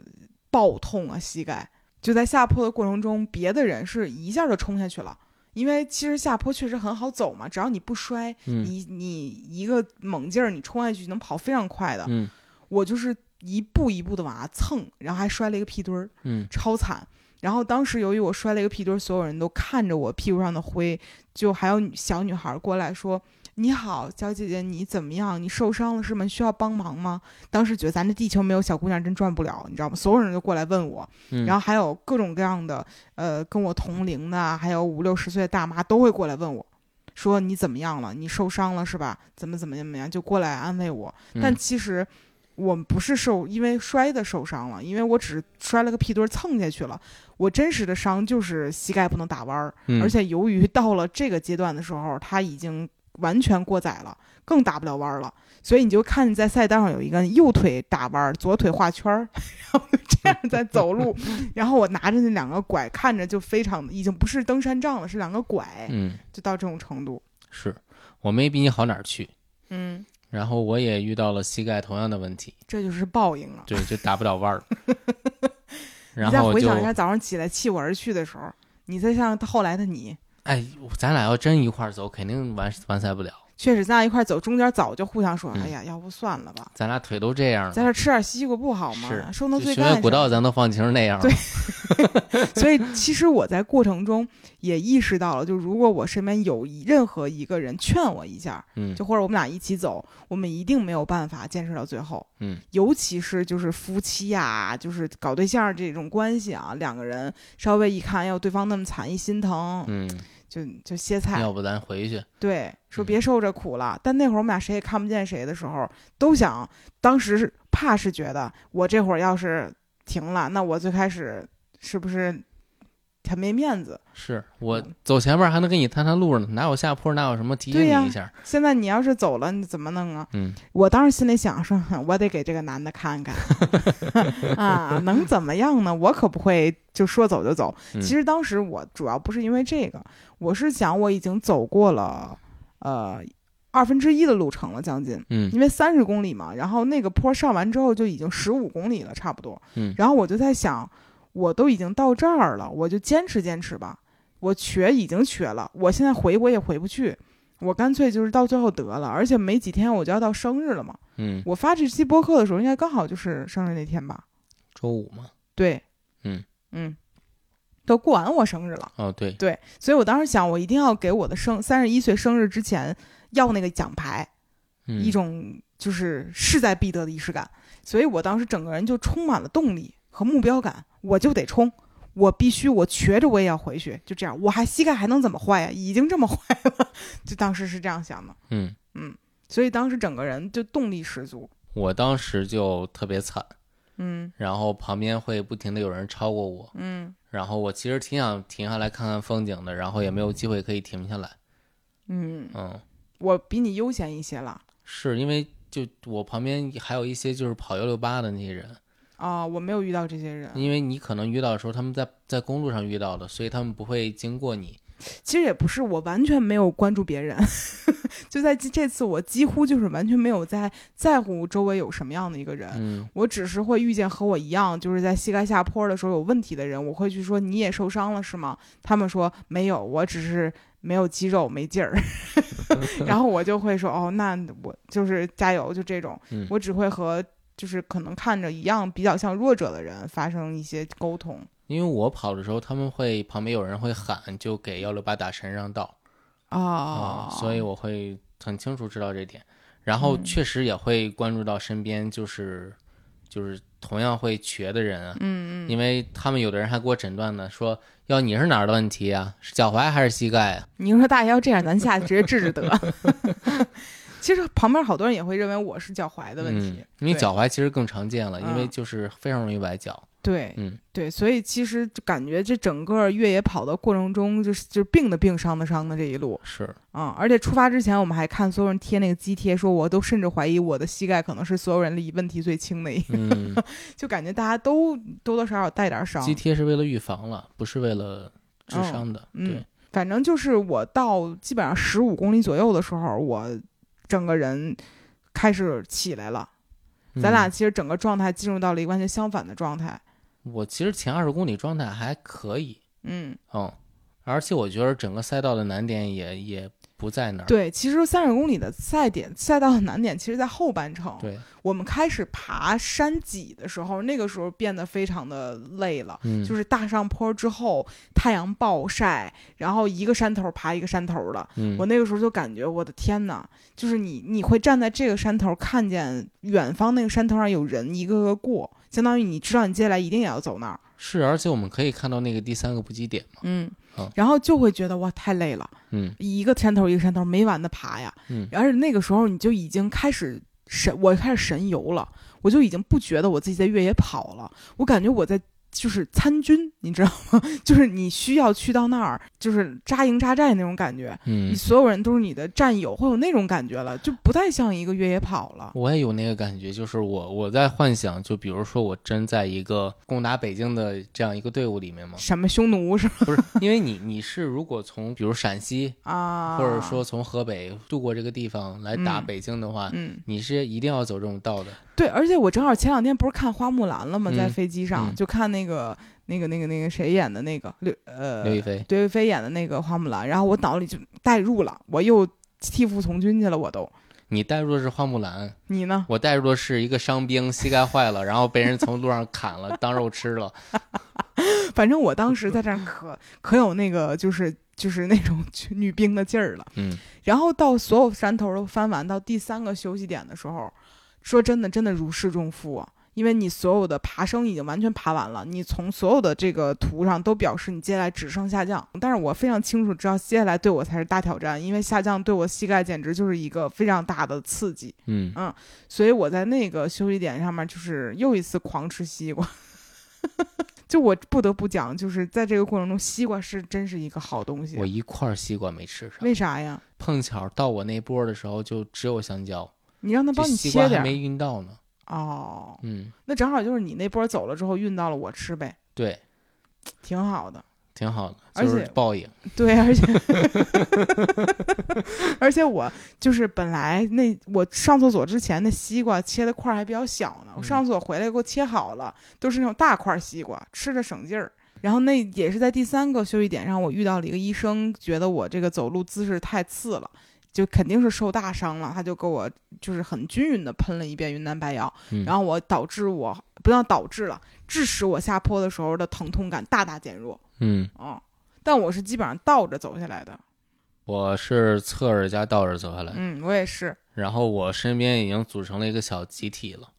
B: 爆痛啊，膝盖就在下坡的过程中，别的人是一下就冲下去了，因为其实下坡确实很好走嘛，只要你不摔，
A: 嗯
B: 你你一个猛劲儿，你冲下去能跑非常快的。
A: 嗯
B: 我就是一步一步的往下蹭，然后还摔了一个屁墩儿，
A: 嗯
B: 超惨。然后当时由于我摔了一个屁墩儿，所有人都看着我屁股上的灰，就还有女小女孩过来说：“你好，小姐姐，你怎么样？你受伤了是吗？需要帮忙吗？”当时觉得咱这地球没有小姑娘真转不了，你知道吗？所有人都过来问我，
A: 嗯，
B: 然后还有各种各样的呃跟我同龄的，还有五六十岁的大妈都会过来问我，说你怎么样了？你受伤了是吧？怎么怎么怎么样？就过来安慰我。但
A: 嗯
B: 其实我不是受因为摔的受伤了，因为我只是摔了个屁墩儿蹭下去了。我真实的伤就是膝盖不能打弯儿，
A: 嗯
B: 而且由于到了这个阶段的时候，它已经完全过载了，更打不了弯儿了。所以你就看在赛道上有一个右腿打弯儿，左腿画圈儿， 然后这样在走路。 然后我拿着那两个拐，看着就非常已经不是登山杖了，是两个拐，
A: 嗯
B: 就到这种程度。
A: 是我没比你好哪儿去，
B: 嗯，
A: 然后我也遇到了膝盖同样的问题，
B: 这就是报应啊！
A: 对，就打不了 弯儿。然
B: 你再
A: 后我
B: 回
A: 就
B: 想一下早上起来弃我而去的时候，你再像后来的你，
A: 哎，咱俩要真一块儿走，肯定完完赛不了，
B: 确实咱俩一块儿走，中间早就互相说，
A: 嗯
B: 哎呀，要不算了吧，
A: 咱俩腿都这样
B: 在
A: 了。
B: 这吃点西瓜不好吗？
A: 是
B: 受那
A: 就
B: 罪
A: 学院
B: 干
A: 古道
B: 上。
A: 咱都放晴那样了
B: 对， 所以其实我在过程中也意识到了，就如果我身边有一任何一个人劝我一下，
A: 嗯，
B: 就或者我们俩一起走，我们一定没有办法坚持到最后。
A: 嗯，
B: 尤其是就是夫妻呀、就是搞对象这种关系啊，两个人稍微一看，哎呦，对方那么惨，一心疼，
A: 嗯，
B: 就就歇菜。
A: 要不咱回去？
B: 对，说
A: 嗯
B: 别受这苦了。但那会儿我们俩谁也看不见谁的时候，都想，当时是怕是觉得我这会儿要是停了，那我最开始是不是很没面子？
A: 是我
B: 嗯
A: 走前面还能跟你探探路呢，哪有下坡，哪有什么提醒
B: 对呀
A: 你一下？
B: 现在你要是走了，你怎么弄啊？
A: 嗯
B: 我当时心里想说， 哼我得给这个男的看 看啊，能怎么样呢？我可不会就说走就走。
A: 嗯
B: 其实当时我主要不是因为这个，我是想我已经走过了，呃。二分之一的路程了，将近，
A: 嗯
B: 因为三十公里嘛，然后那个坡上完之后就已经十五公里了，差不多。
A: 嗯
B: 然后我就在想，我都已经到这儿了，我就坚持坚持吧。我瘸已经瘸了，我现在回我也回不去，我干脆就是到最后得了。而且没几天我就要到生日了嘛，
A: 嗯，
B: 我发这期播客的时候应该刚好就是生日那天吧？
A: 周五嘛，
B: 对，
A: 嗯
B: 嗯，都过完我生日了。
A: 哦对，
B: 对，所以我当时想，我一定要给我的生三十一岁生日之前要那个奖牌，
A: 嗯
B: 一种就是势在必得的仪式感。所以我当时整个人就充满了动力和目标感，我就得冲，我必须，我瘸着我也要回去，就这样，我还膝盖还能怎么坏呀？已经这么坏 了，就当时是这样想的，
A: 嗯，
B: 所以当时整个人就动力十足。
A: 我当时就特别惨，
B: 嗯
A: 然后旁边会不停的有人超过我，
B: 嗯
A: 然后我其实挺想停下来看看风景的，然后也没有机会可以停下来，
B: 嗯，
A: 嗯，
B: 我比你悠闲一些了
A: 是因为就我旁边还有一些就是跑幺六八的那些人，
B: 啊、我没有遇到这些人，
A: 因为你可能遇到的时候他们在在公路上遇到的，所以他们不会经过你，
B: 其实也不是，我完全没有关注别人， 就在这这次我几乎就是完全没有在在乎周围有什么样的一个人，
A: 嗯
B: 我只是会遇见和我一样，就是在膝盖下坡的时候有问题的人，我会去说你也受伤了是吗？他们说没有，我只是没有肌肉没劲儿， 然后我就会说哦，那我就是加油，就这种，
A: 嗯
B: 我只会和就是可能看着一样比较像弱者的人发生一些沟通。
A: 因为我跑的时候他们会旁边有人会喊，就给幺六八打神让道。
B: 哦嗯
A: 啊，，所以我会很清楚知道这点，然后确实也会关注到身边就是、就是同样会瘸的人啊，
B: 嗯嗯，
A: 因为他们有的人还给我诊断呢，说要你是哪儿的问题啊，是脚踝还是膝盖啊？
B: 你说大爷要这样，咱下去直接治治得。 其实旁边好多人也会认为我是脚踝的问题，
A: 嗯，因为
B: 对
A: 脚踝其实更常见了，因为
B: 嗯
A: 就是非常容易崴脚。
B: 对，
A: 嗯
B: 对，所以其实就感觉这整个越野跑的过程中，就是就是病的病，伤的伤的这一路
A: 是，
B: 啊、而且出发之前，我们还看所有人贴那个肌贴，说我都甚至怀疑我的膝盖可能是所有人里问题最轻的一 个，
A: 嗯，
B: 就感觉大家都多多少少带点伤。
A: 肌贴是为了预防了，不是为了治伤的。
B: 哦嗯
A: 对，
B: 反正就是我到基本上十五公里左右的时候，我整个人开始起来了。咱俩
A: 嗯
B: 其实整个状态进入到了一个完全相反的状态。
A: 我其实前二十公里状态还可以，
B: 嗯，
A: 嗯，而且我觉得整个赛道的难点也也不在那儿。
B: 对，其实三十公里的赛点赛道的难点，其实在后半程。
A: 对，
B: 我们开始爬山脊的时候，那个时候变得非常的累了。
A: 嗯，
B: 就是大上坡之后，太阳暴晒，然后一个山头爬一个山头的，
A: 嗯，
B: 我那个时候就感觉我的天呐，就是你你会站在这个山头，看见远方那个山头上有人一个个过，相当于你知道你接下来一定也要走那儿，
A: 是，而且我们可以看到那个第三个补给点嘛，
B: 嗯
A: 好，
B: 然后就会觉得哇太累了，
A: 嗯
B: 一个山头一个山头没完的爬呀，
A: 嗯
B: 而且那个时候你就已经开始神，我开始神游了，我就已经不觉得我自己在越野跑了，我感觉我在就是参军，你知道吗？ 就是你需要去到那儿，就是扎营扎寨那种感觉，你
A: 嗯，
B: 所有人都是你的战友，会有那种感觉了，就不太像一个越野跑了。
A: 我也有那个感觉，就是我我在幻想，就比如说我真在一个攻打北京的这样一个队伍里面嘛，
B: 什么匈奴是吧？
A: 不是，因为你你是如果从比如陕西
B: 啊，
A: 或者说，从河北渡过这个地方来打
B: 嗯
A: 北京的话，
B: 嗯，
A: 你是一定要走这种道的，
B: 对，而且我正好前两天不是看花木兰了吗？
A: 嗯
B: 在飞机上、
A: 嗯
B: 就看那个、那个、那个、那个谁演的那个刘呃
A: 刘亦菲，
B: 刘亦菲演的那个花木兰，然后我脑里就代入了，我又替父从军去了，我都。
A: 你带入的是花木兰，
B: 你呢？
A: 我带入的是一个伤兵膝盖坏了，然后被人从路上砍了当肉吃了，
B: 反正我当时在这儿可可有那个就是就是那种女兵的劲儿了。
A: 嗯
B: 然后到所有山头都翻完，到第三个休息点的时候，说真的，真的如释重负啊！因为你所有的爬升已经完全爬完了，你从所有的这个图上都表示你接下来只剩下降。但是我非常清楚知道接下来对我才是大挑战，因为下降对我膝盖简直就是一个非常大的刺激。
A: 嗯
B: 所以我在那个休息点上面就是又一次狂吃西瓜。 就我不得不讲，就是在这个过程中，西瓜是真是一个好东西
A: 我。一块儿西瓜没吃上。
B: 为啥呀？
A: 碰巧到我那波的时候，就只有香蕉，
B: 你让他
A: 这
B: 帮你
A: 西
B: 切
A: 瓜
B: 点
A: 还
B: 儿
A: 没运到呢。
B: 哦，
A: 嗯，
B: 那正好就是你那波走了之后运到了我吃呗，
A: 对，
B: 挺好的。
A: 挺好的，
B: 而
A: 就
B: 且
A: 是报应。
B: 对，而且而且我就是本来那我上厕所之前那西瓜切的块儿还比较小呢，我
A: 嗯
B: 上厕所回来给我切好了，都是那种大块儿西瓜，吃着省劲儿。然后那也是在第三个休息点上，我遇到了一个医生，觉得我这个走路姿势太次了。就肯定是受大伤了，他就给我就是很均匀的喷了一遍云南白药，
A: 嗯
B: 然后我导致我不要导致了，致使我下坡的时候的疼痛感大大减弱。
A: 嗯，
B: 哦，但我是基本上倒着走下来的。
A: 我是侧着加倒着走下来，
B: 嗯，我也是。
A: 然后我身边已经组成了一个小集体了，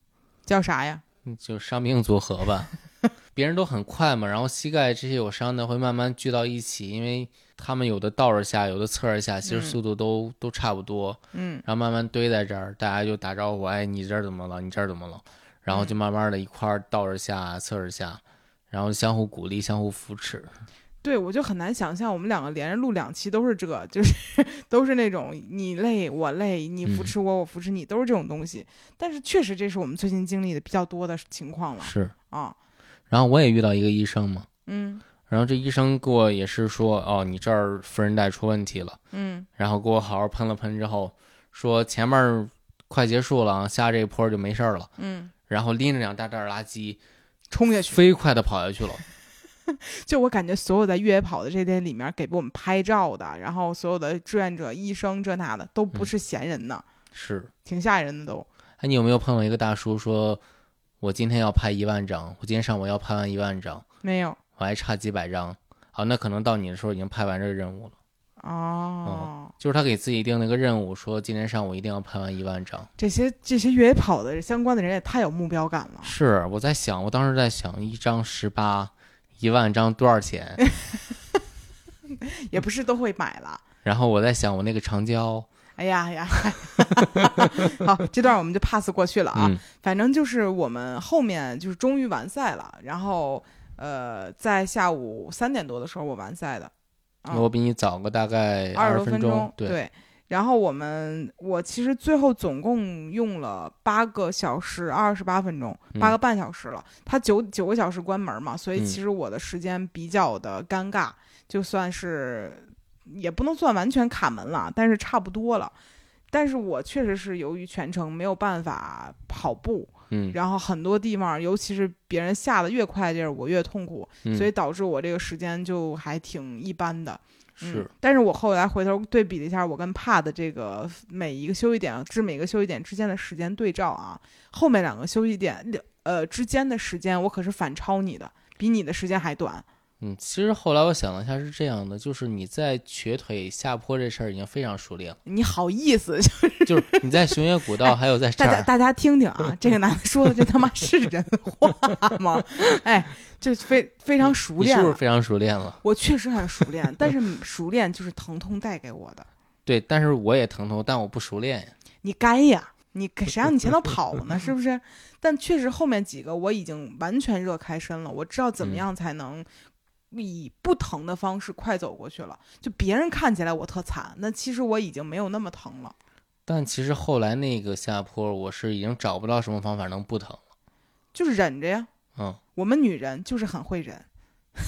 B: 叫啥呀？
A: 就伤病组合吧。 别人都很快嘛，然后膝盖这些有伤的会慢慢聚到一起，因为他们有的倒着下，有的侧着下，其实
B: 嗯
A: 速度都、都差不多。
B: 嗯
A: 然后慢慢堆在这儿，大家就打招呼，哎，你这儿怎么了？你这儿怎么了？然后就慢慢的一块儿倒着下，侧着下，然后相互鼓励，相互扶持。，
B: 对，我就很难想象我们两个连着录两期都是这，就是 都是那种你累我累，你扶
A: 嗯
B: 持我，我扶持你，都是这种东西。但是确实这是我们最近经历的比较多的情况了
A: 是。
B: 啊。
A: 然后我也遇到一个医生嘛，
B: 嗯
A: 然后这医生给我也是说，哦，你这儿副韧带出问题了，
B: 嗯
A: 然后给我好好喷了喷之后，说前面儿快结束了啊，下这一坡就没事儿了。
B: 嗯，
A: 然后拎着两大袋垃圾，
B: 冲下去！
A: 飞快的跑下去了。
B: 就我感觉所有在越野跑的这些里面，给我们拍照的，然后所有的志愿者、医生这那的，都不
A: 嗯
B: 是闲人呢，
A: 是，
B: 挺吓人的都。
A: 哎，你有没有碰到一个大叔说，我今天要拍一万张，我今天上午要拍完一万张？
B: 没有
A: 我还差几百张。好，那可能到你的时候已经拍完这个任务了。
B: 哦。
A: 就是他给自己定了一个任务，说今天上午一定要拍完一万张。
B: 这些这些越野跑的相关的人也太有目标感了。
A: 是，我在想，我当时在想，一张十八，一万张多少 钱？
B: 也不是都会买了。
A: 然后我在想，我那个长焦
B: 哎呀哎呀， 好，这段我们就 pass 过去了啊。
A: 嗯
B: 反正就是我们后面就是终于完赛了，然后呃，在下午三点多的时候我完赛的，啊
A: 我比你早个大概
B: 二
A: 20
B: 十多分
A: 钟。
B: 对。
A: 对，
B: 然后我们，我其实最后总共用了八个小时二十八分钟，
A: 嗯
B: 八个半小时了。他九九个小时关门嘛，所以
A: 嗯
B: 其实我的时间比较的尴尬，就算是也不能算完全卡门了，但是差不多了。但是我确实是由于全程没有办法跑步，
A: 嗯，
B: 然后很多地方，尤其是别人下的越快地儿，我越痛苦，
A: 嗯
B: 所以导致我这个时间就还挺一般的。嗯
A: 是，
B: 但是我后来回头对比了一下，我跟帕的这个每一个休息点至每个休息点之间的时间对照啊，后面两个休息点呃之间的时间，我可是反超你的，比你的时间还短。
A: 嗯，其实后来我想了一下，是这样的，就是你在瘸腿下坡这事儿已经非常熟练了，
B: 你好意思？
A: 就是你在熊野古道还有在这
B: 大家
A: 儿，
B: 大家听听 啊，这个男的说的这他妈是人话吗？哎，这非非常熟
A: 你是
B: 练
A: 不
B: 了
A: 是非常熟练了？
B: 我确实很熟练，但是熟练就是疼痛带给我的。
A: 对，但是我也疼痛，但我不熟练呀。
B: 你该呀，你给谁让你前头跑呢？是不是？但确实后面几个我已经完全热开身了，我知道怎
A: 嗯
B: 么样才能以不疼的方式快走过去了。就别人看起来我特惨，那其实我已经没有那么疼了。
A: 但其实后来那个下坡，我是已经找不到什么方法能不疼了。
B: 就是忍着呀，
A: 嗯，
B: 我们女人就是很会忍，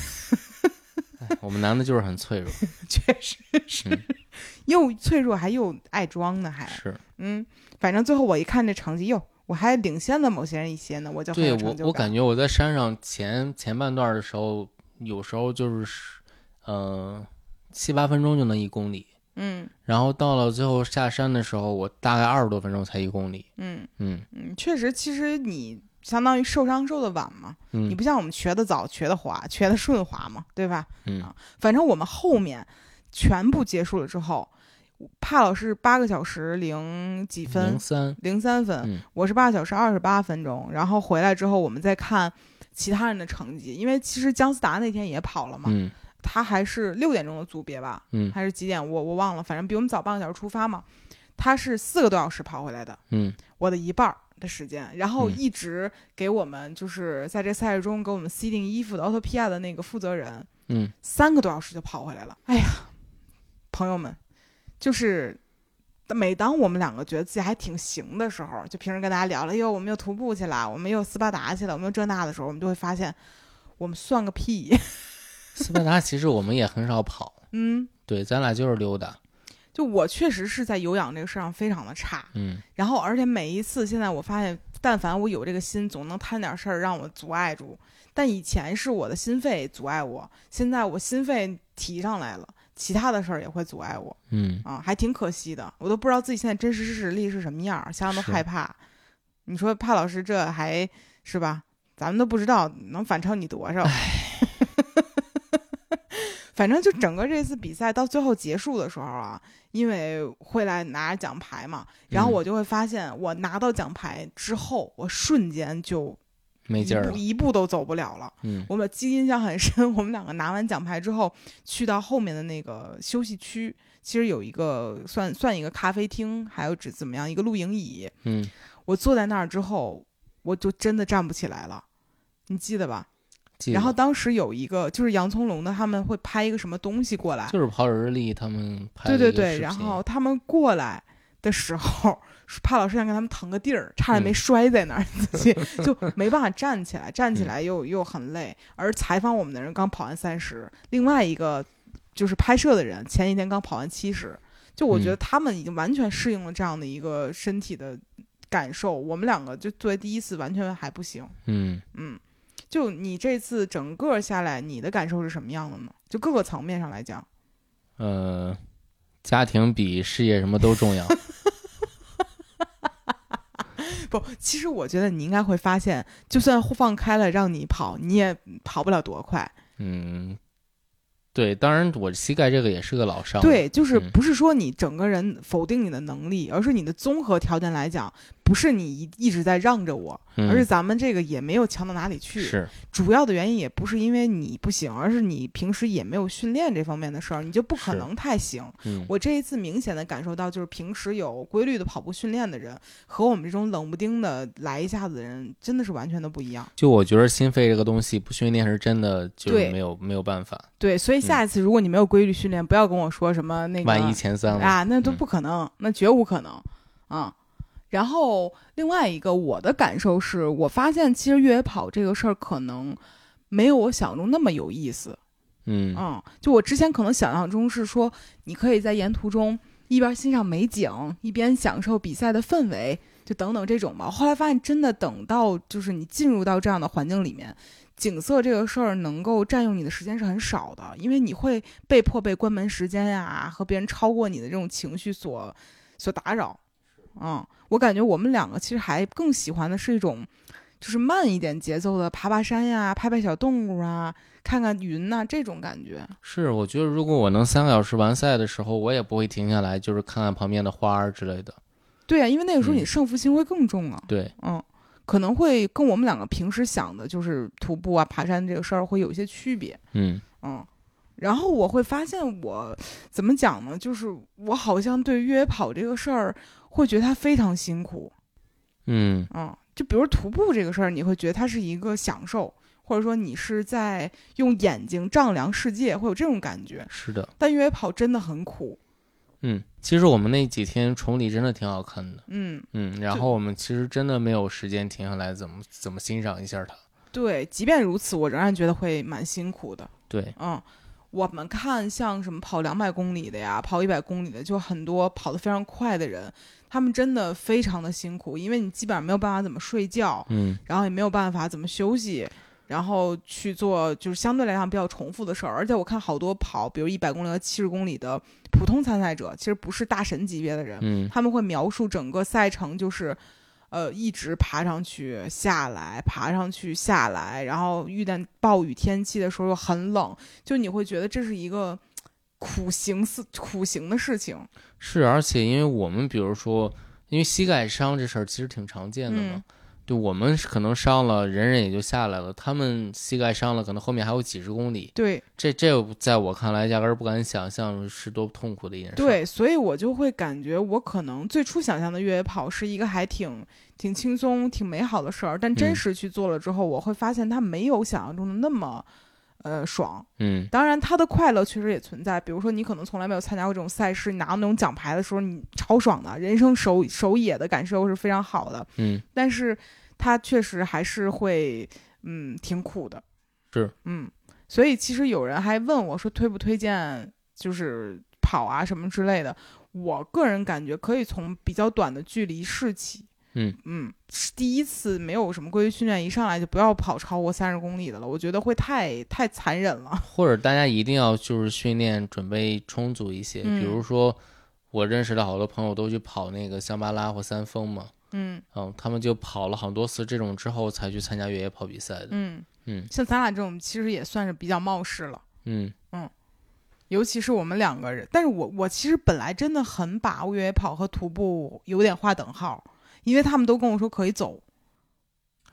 A: 哎我们男的就是很脆弱。
B: 确实是、
A: 嗯
B: 又脆弱还又爱装呢，还
A: 是，
B: 嗯，反正最后我一看这成绩，哟，我还领先了某些人一些呢，我就很
A: 对
B: 有
A: 我
B: 成，就
A: 我感觉我在山上前前半段的时候，有时候就是，呃，七八分钟就能一公里，
B: 嗯
A: 然后到了最后下山的时候，我大概二十多分钟才一公里。
B: 嗯
A: 嗯
B: 嗯，确实，其实你相当于受伤受的晚嘛。你
A: 嗯
B: 不像我们瘸的早、瘸的滑、瘸的顺滑嘛，对吧？啊
A: 嗯，
B: 反正我们后面全部结束了之后，帕老师八个小时零几分
A: 零，三，
B: 零三分，
A: 嗯
B: 我是八小时二十八分钟。然后回来之后，我们再看其他人的成绩，因为其实姜思达那天也跑了嘛，
A: 嗯
B: 他还是六点钟的组别吧，
A: 嗯
B: 还是几点我我忘了，反正比我们早半个小时出发嘛。他是四个多小时跑回来的，
A: 嗯
B: 我的一半儿的时间，然后
A: 嗯
B: 一直给我们就是在这赛事中给我们 C 定衣服的奥托皮亚的那个负责人，
A: 嗯，
B: 三个多小时就跑回来了。哎呀，朋友们，就是每当我们两个觉得自己还挺行的时候，就平时跟大家聊了，哟，我们又徒步去了，我们又斯巴达去了，我们又这那的时候，我们就会发现，我们算个屁。
A: 斯巴达其实我们也很少跑，
B: 嗯，
A: 对，咱俩就是溜达。
B: 就我确实是在有氧这个事儿上非常的差，
A: 嗯，
B: 然后而且每一次现在我发现，但凡我有这个心，总能摊点事儿让我阻碍住。但以前是我的心肺阻碍我，现在我心肺提上来了，其他的事儿也会阻碍我
A: 嗯，
B: 啊，还挺可惜的。我都不知道自己现在真实实力是什么样儿，想想都
A: 是
B: 害怕。你说帕老师这还是吧？咱们都不知道能反超你多少。 反正就整个这次比赛到最后结束的时候啊，因为会来拿奖牌嘛，然后
A: 嗯
B: 我就会发现，我拿到奖牌之后，我瞬间就
A: 没劲儿
B: 一
A: 了
B: 步。一步都走不了了。
A: 嗯
B: 我们记忆印象很深，我们两个拿完奖牌之后，去到后面的那个休息区，其实有一个算算一个咖啡厅，还有只怎么样一个露营椅。
A: 嗯，
B: 我坐在那儿之后，我就真的站不起来了，你记得吧？
A: 记
B: 然后
A: 得
B: 当时有一个就是洋葱龙的，他们会拍一个什么东西过来，
A: 就是跑者日历他们拍
B: 对
A: 的
B: 对
A: 一个视
B: 对，
A: 频
B: 然后他们过来的时候，帕老师想给他们腾个地儿，
A: 嗯
B: 差点没摔在那儿，自 己就没办法站起来，
A: 嗯
B: 站起来又又很累。而采访我们的人刚跑完三十，另外一个就是拍摄的人前一天刚跑完七十，就我觉得
A: 嗯
B: 他们已经完全适应了这样的一个身体的感受，我们两个就作为第一次完全还不行，
A: 嗯，
B: 嗯。就你这次整个下来，你的感受是什么样的呢？就各个层面上来讲，
A: 呃，家庭比事业什么都 重要。
B: 不，其实我觉得你应该会发现，就算放开了让你跑，你也跑不了多快。
A: 嗯，对，当然我膝盖这个也是个老伤。，
B: 对，就是
A: 嗯
B: 不是说你整个人否定你的能力，而是你的综合条件来讲，不是你一一直在让着我，
A: 嗯、
B: 而是咱们这个也没有强到哪里去。
A: 是
B: 主要的原因也不是因为你不行，而是你平时也没有训练这方面的事儿，你就不可
A: 是
B: 能太行。
A: 嗯，
B: 我这一次明显的感受到，就是平时有规律的跑步训练的人，和我们这种冷不丁的来一下子的人，真的是完全的不一样。
A: 就我觉得心肺这个东西不训练是真的就是
B: 对
A: 没有没有办法，
B: 对，所以下一次如果你没有规律训练，不要跟我说什么那个
A: 嗯万一前三了。
B: 啊，那都
A: 嗯
B: 不可能，那绝无可能啊。然后另外一个我的感受是，我发现其实越野跑这个事儿可能没有我想中那么有意思。
A: 嗯
B: 嗯，就我之前可能想象中是说，你可以在沿途中一边欣赏美景，一边享受比赛的氛围，就等等这种吧。后来发现，真的等到就是你进入到这样的环境里面，景色这个事儿能够占用你的时间是很少的，因为你会被迫被关门时间呀、和别人超过你的这种情绪所所打扰。嗯，我感觉我们两个其实还更喜欢的是一种。就是慢一点节奏的，爬爬山呀，拍拍小动物啊，看看云呐、这种感觉。
A: 是，我觉得如果我能三个小时完赛的时候，我也不会停下来，就是看看旁边的花儿之类的。
B: 对啊，因为那个时候你
A: 嗯
B: 胜负心会更重啊。
A: 对，
B: 嗯可能会跟我们两个平时想的就是徒步啊、爬山这个事儿会有一些区别。
A: 嗯
B: 嗯，然后我会发现我怎么讲呢？就是我好像对越野跑这个事儿会觉得它非常辛苦。
A: 嗯，
B: 嗯，就比如徒步这个事儿，你会觉得它是一个享受。或者说你是在用眼睛丈量世界，会有这种感觉，
A: 是的，
B: 但越野跑真的很苦，
A: 嗯，其实我们那几天崇礼真的挺好看的，
B: 嗯，
A: 嗯，然
B: 就
A: 后我们其实真的没有时间停下来，怎么怎么欣赏一下它。
B: 对。即便如此，我仍然觉得会蛮辛苦的。
A: 对，
B: 嗯，我们看像什么跑两百公里的呀，跑一百公里的，就很多跑得非常快的人，他们真的非常的辛苦，因为你基本上没有办法怎么睡觉，
A: 嗯
B: 然后也没有办法怎么休息。然后去做就是相对来讲比较重复的事儿，而且我看好多跑，比如一百公里和七十公里的普通参赛者，其实不是大神级别的人，
A: 嗯
B: 他们会描述整个赛程，就是，呃，一直爬上去，下来，爬上去，下来，然后遇见暴雨天气的时候又很冷，就你会觉得这是一个苦行似苦行的事情。
A: 是，而且因为我们比如说，因为膝盖伤这事儿其实挺常见的嘛。
B: 嗯
A: 对我们是可能伤了，忍忍也就下来了。他们膝盖伤了，可能后面还有几十公里，
B: 对
A: 这这在我看来，压根儿不敢想象是多痛苦的一件事。，
B: 对，所以我就会感觉，我可能最初想象的越野跑是一个还挺挺轻松、挺美好的事儿，但真
A: 嗯
B: 实去做了之后，我会发现它没有想象中的那么，呃，爽。
A: 嗯，
B: 当然，它的快乐确实也存在。比如说，你可能从来没有参加过这种赛事，你拿到那种奖牌的时候，你超爽的，人生手手野的感受是非常好的。
A: 嗯，
B: 但是它确实还是会，嗯，挺苦的。
A: 是，
B: 嗯。所以其实有人还问我说推不推荐就是跑啊什么之类的，我个人感觉可以从比较短的距离试起。
A: 嗯
B: 嗯，是第一次没有什么规律训练，一上来就不要跑超过三十公里的了，我觉得会太太残忍了。
A: 或者大家一定要就是训练准备充足一些，
B: 嗯
A: 比如说我认识的好多朋友都去跑那个香巴拉或三峰嘛，
B: 嗯
A: 嗯，他们就跑了好多次这种之后才去参加越野跑比赛的，
B: 嗯
A: 嗯
B: 像咱俩这种其实也算是比较冒失了。
A: 嗯
B: 尤其是我们两个人，但是我我其实本来真的很把越野跑和徒步有点划等号，因为他们都跟我说可以走，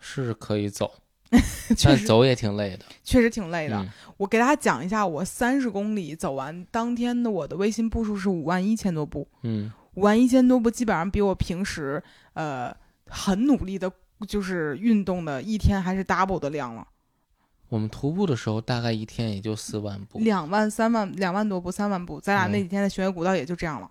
A: 是可以 走，
B: 确
A: 但
B: 实
A: 走也挺累的，
B: 确实挺累的。
A: 嗯
B: 我给大家讲一下，我三十公里走完当天的我的微信步数是五万一千多步，
A: 嗯
B: 五万一千多步基本上比我平时呃很努力的，就是运动的一天还是 double 的量了，
A: 我们徒步的时候大概一天也就四万步，
B: 两万三万两万多步三万步，咱俩
A: 嗯
B: 那几天的巡回古道也就这样了。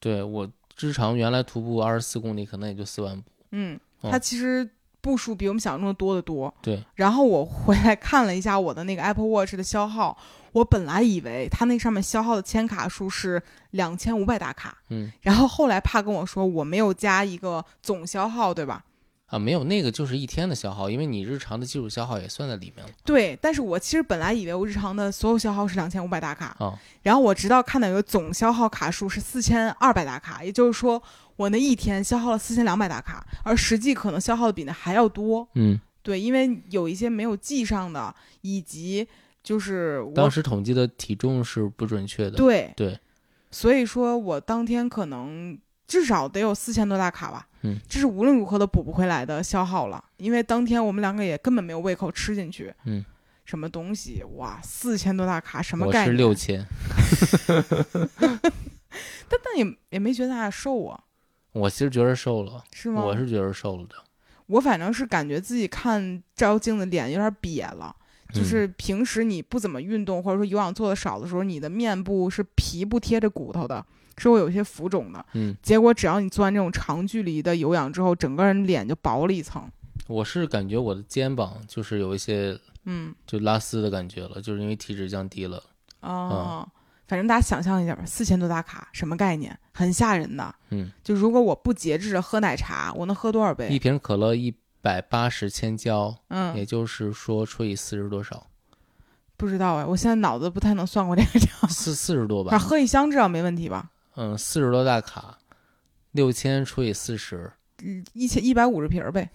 A: 对我日常原来徒步二十四公里可能也就四万步，
B: 嗯，
A: 哦
B: 它其实步数比我们想象中的多得多。
A: 对，
B: 然后我回来看了一下我的那个 Apple Watch 的消耗，我本来以为它那上面消耗的千卡数是两千五百大卡，
A: 嗯
B: 然后后来怕跟我说我没有加一个总消耗，对吧？
A: 啊没有那个就是一天的消耗，因为你日常的基础消耗也算在里面了
B: 对，但是我其实本来以为我日常的所有消耗是两千五百大卡，
A: 啊，
B: 然后我直到看到有个总消耗卡数是四千二百大卡，也就是说我那一天消耗了四千两百大卡，而实际可能消耗的比那还要多。
A: 嗯，
B: 对，因为有一些没有记上的，以及就是我
A: 当时统计的体重是不准确的，
B: 对
A: 对，
B: 所以说我当天可能至少得有四千多大卡吧，
A: 嗯，
B: 这是无论如何都补不回来的消耗了，因为当天我们两个也根本没有胃口吃进去，
A: 嗯，
B: 什么东西哇，四千多大卡什么
A: 我
B: 概
A: 是
B: 念？
A: 六千。
B: 但但也也没觉得他俩瘦啊，
A: 我其实觉得瘦了，
B: 是吗？
A: 我是觉得瘦了的。
B: 我反正是感觉自己看照镜子脸有点瘪了，就
A: 嗯
B: 是平时你不怎么运动或者说有氧做的少的时候，你的面部是皮不贴着骨头的，是会有一些浮肿的。
A: 嗯，
B: 结果只要你做完这种长距离的有氧之后，整个人脸就薄了一层。
A: 我是感觉我的肩膀就是有一些
B: 嗯
A: 就拉丝的感觉了，就是因为体脂降低了。
B: 啊、哦
A: 嗯
B: 反正大家想象一下吧，四千多大卡什么概念？很吓人的。
A: 嗯，
B: 就如果我不节制的喝奶茶，我能喝多少
A: 一
B: 杯？
A: 瓶可乐一百八十千焦，也
B: 嗯，
A: 就是说除以四十多 少，
B: 不知道哎，我现在脑子不太能算过这个账。
A: 四四十多
B: 反
A: 吧，
B: 正喝一箱至少没问题吧？
A: 嗯，四十多大卡，六千除以四十，
B: 一千一百五十瓶 儿呗，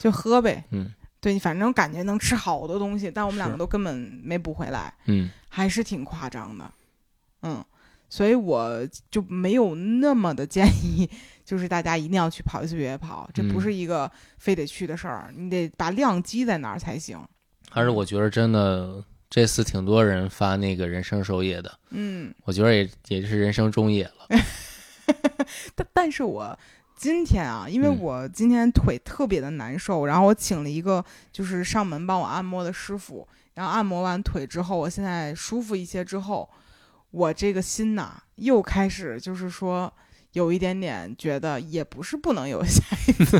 B: 就喝呗。
A: 嗯
B: 对你，反正感觉能吃好多东西，但我们两个
A: 是
B: 都根本没补回来，
A: 嗯
B: 还是挺夸张的。嗯，所以我就没有那么的建议，就是大家一定要去跑一次越野跑，这
A: 嗯
B: 不是一个非得去的事儿，你得把量积在那儿才行。
A: 而且我觉得真的这次挺多人发那个人生首页的，
B: 嗯，
A: 我觉得也也是人生中野了。
B: 但但是我今天啊，因为
A: 嗯
B: 我今天腿特别的难受，然后我请了一个就是上门帮我按摩的师傅，然后按摩完腿之后，我现在舒服一些之后，我这个心呐、又开始就是说。有一点点觉得也不是不能有下一次，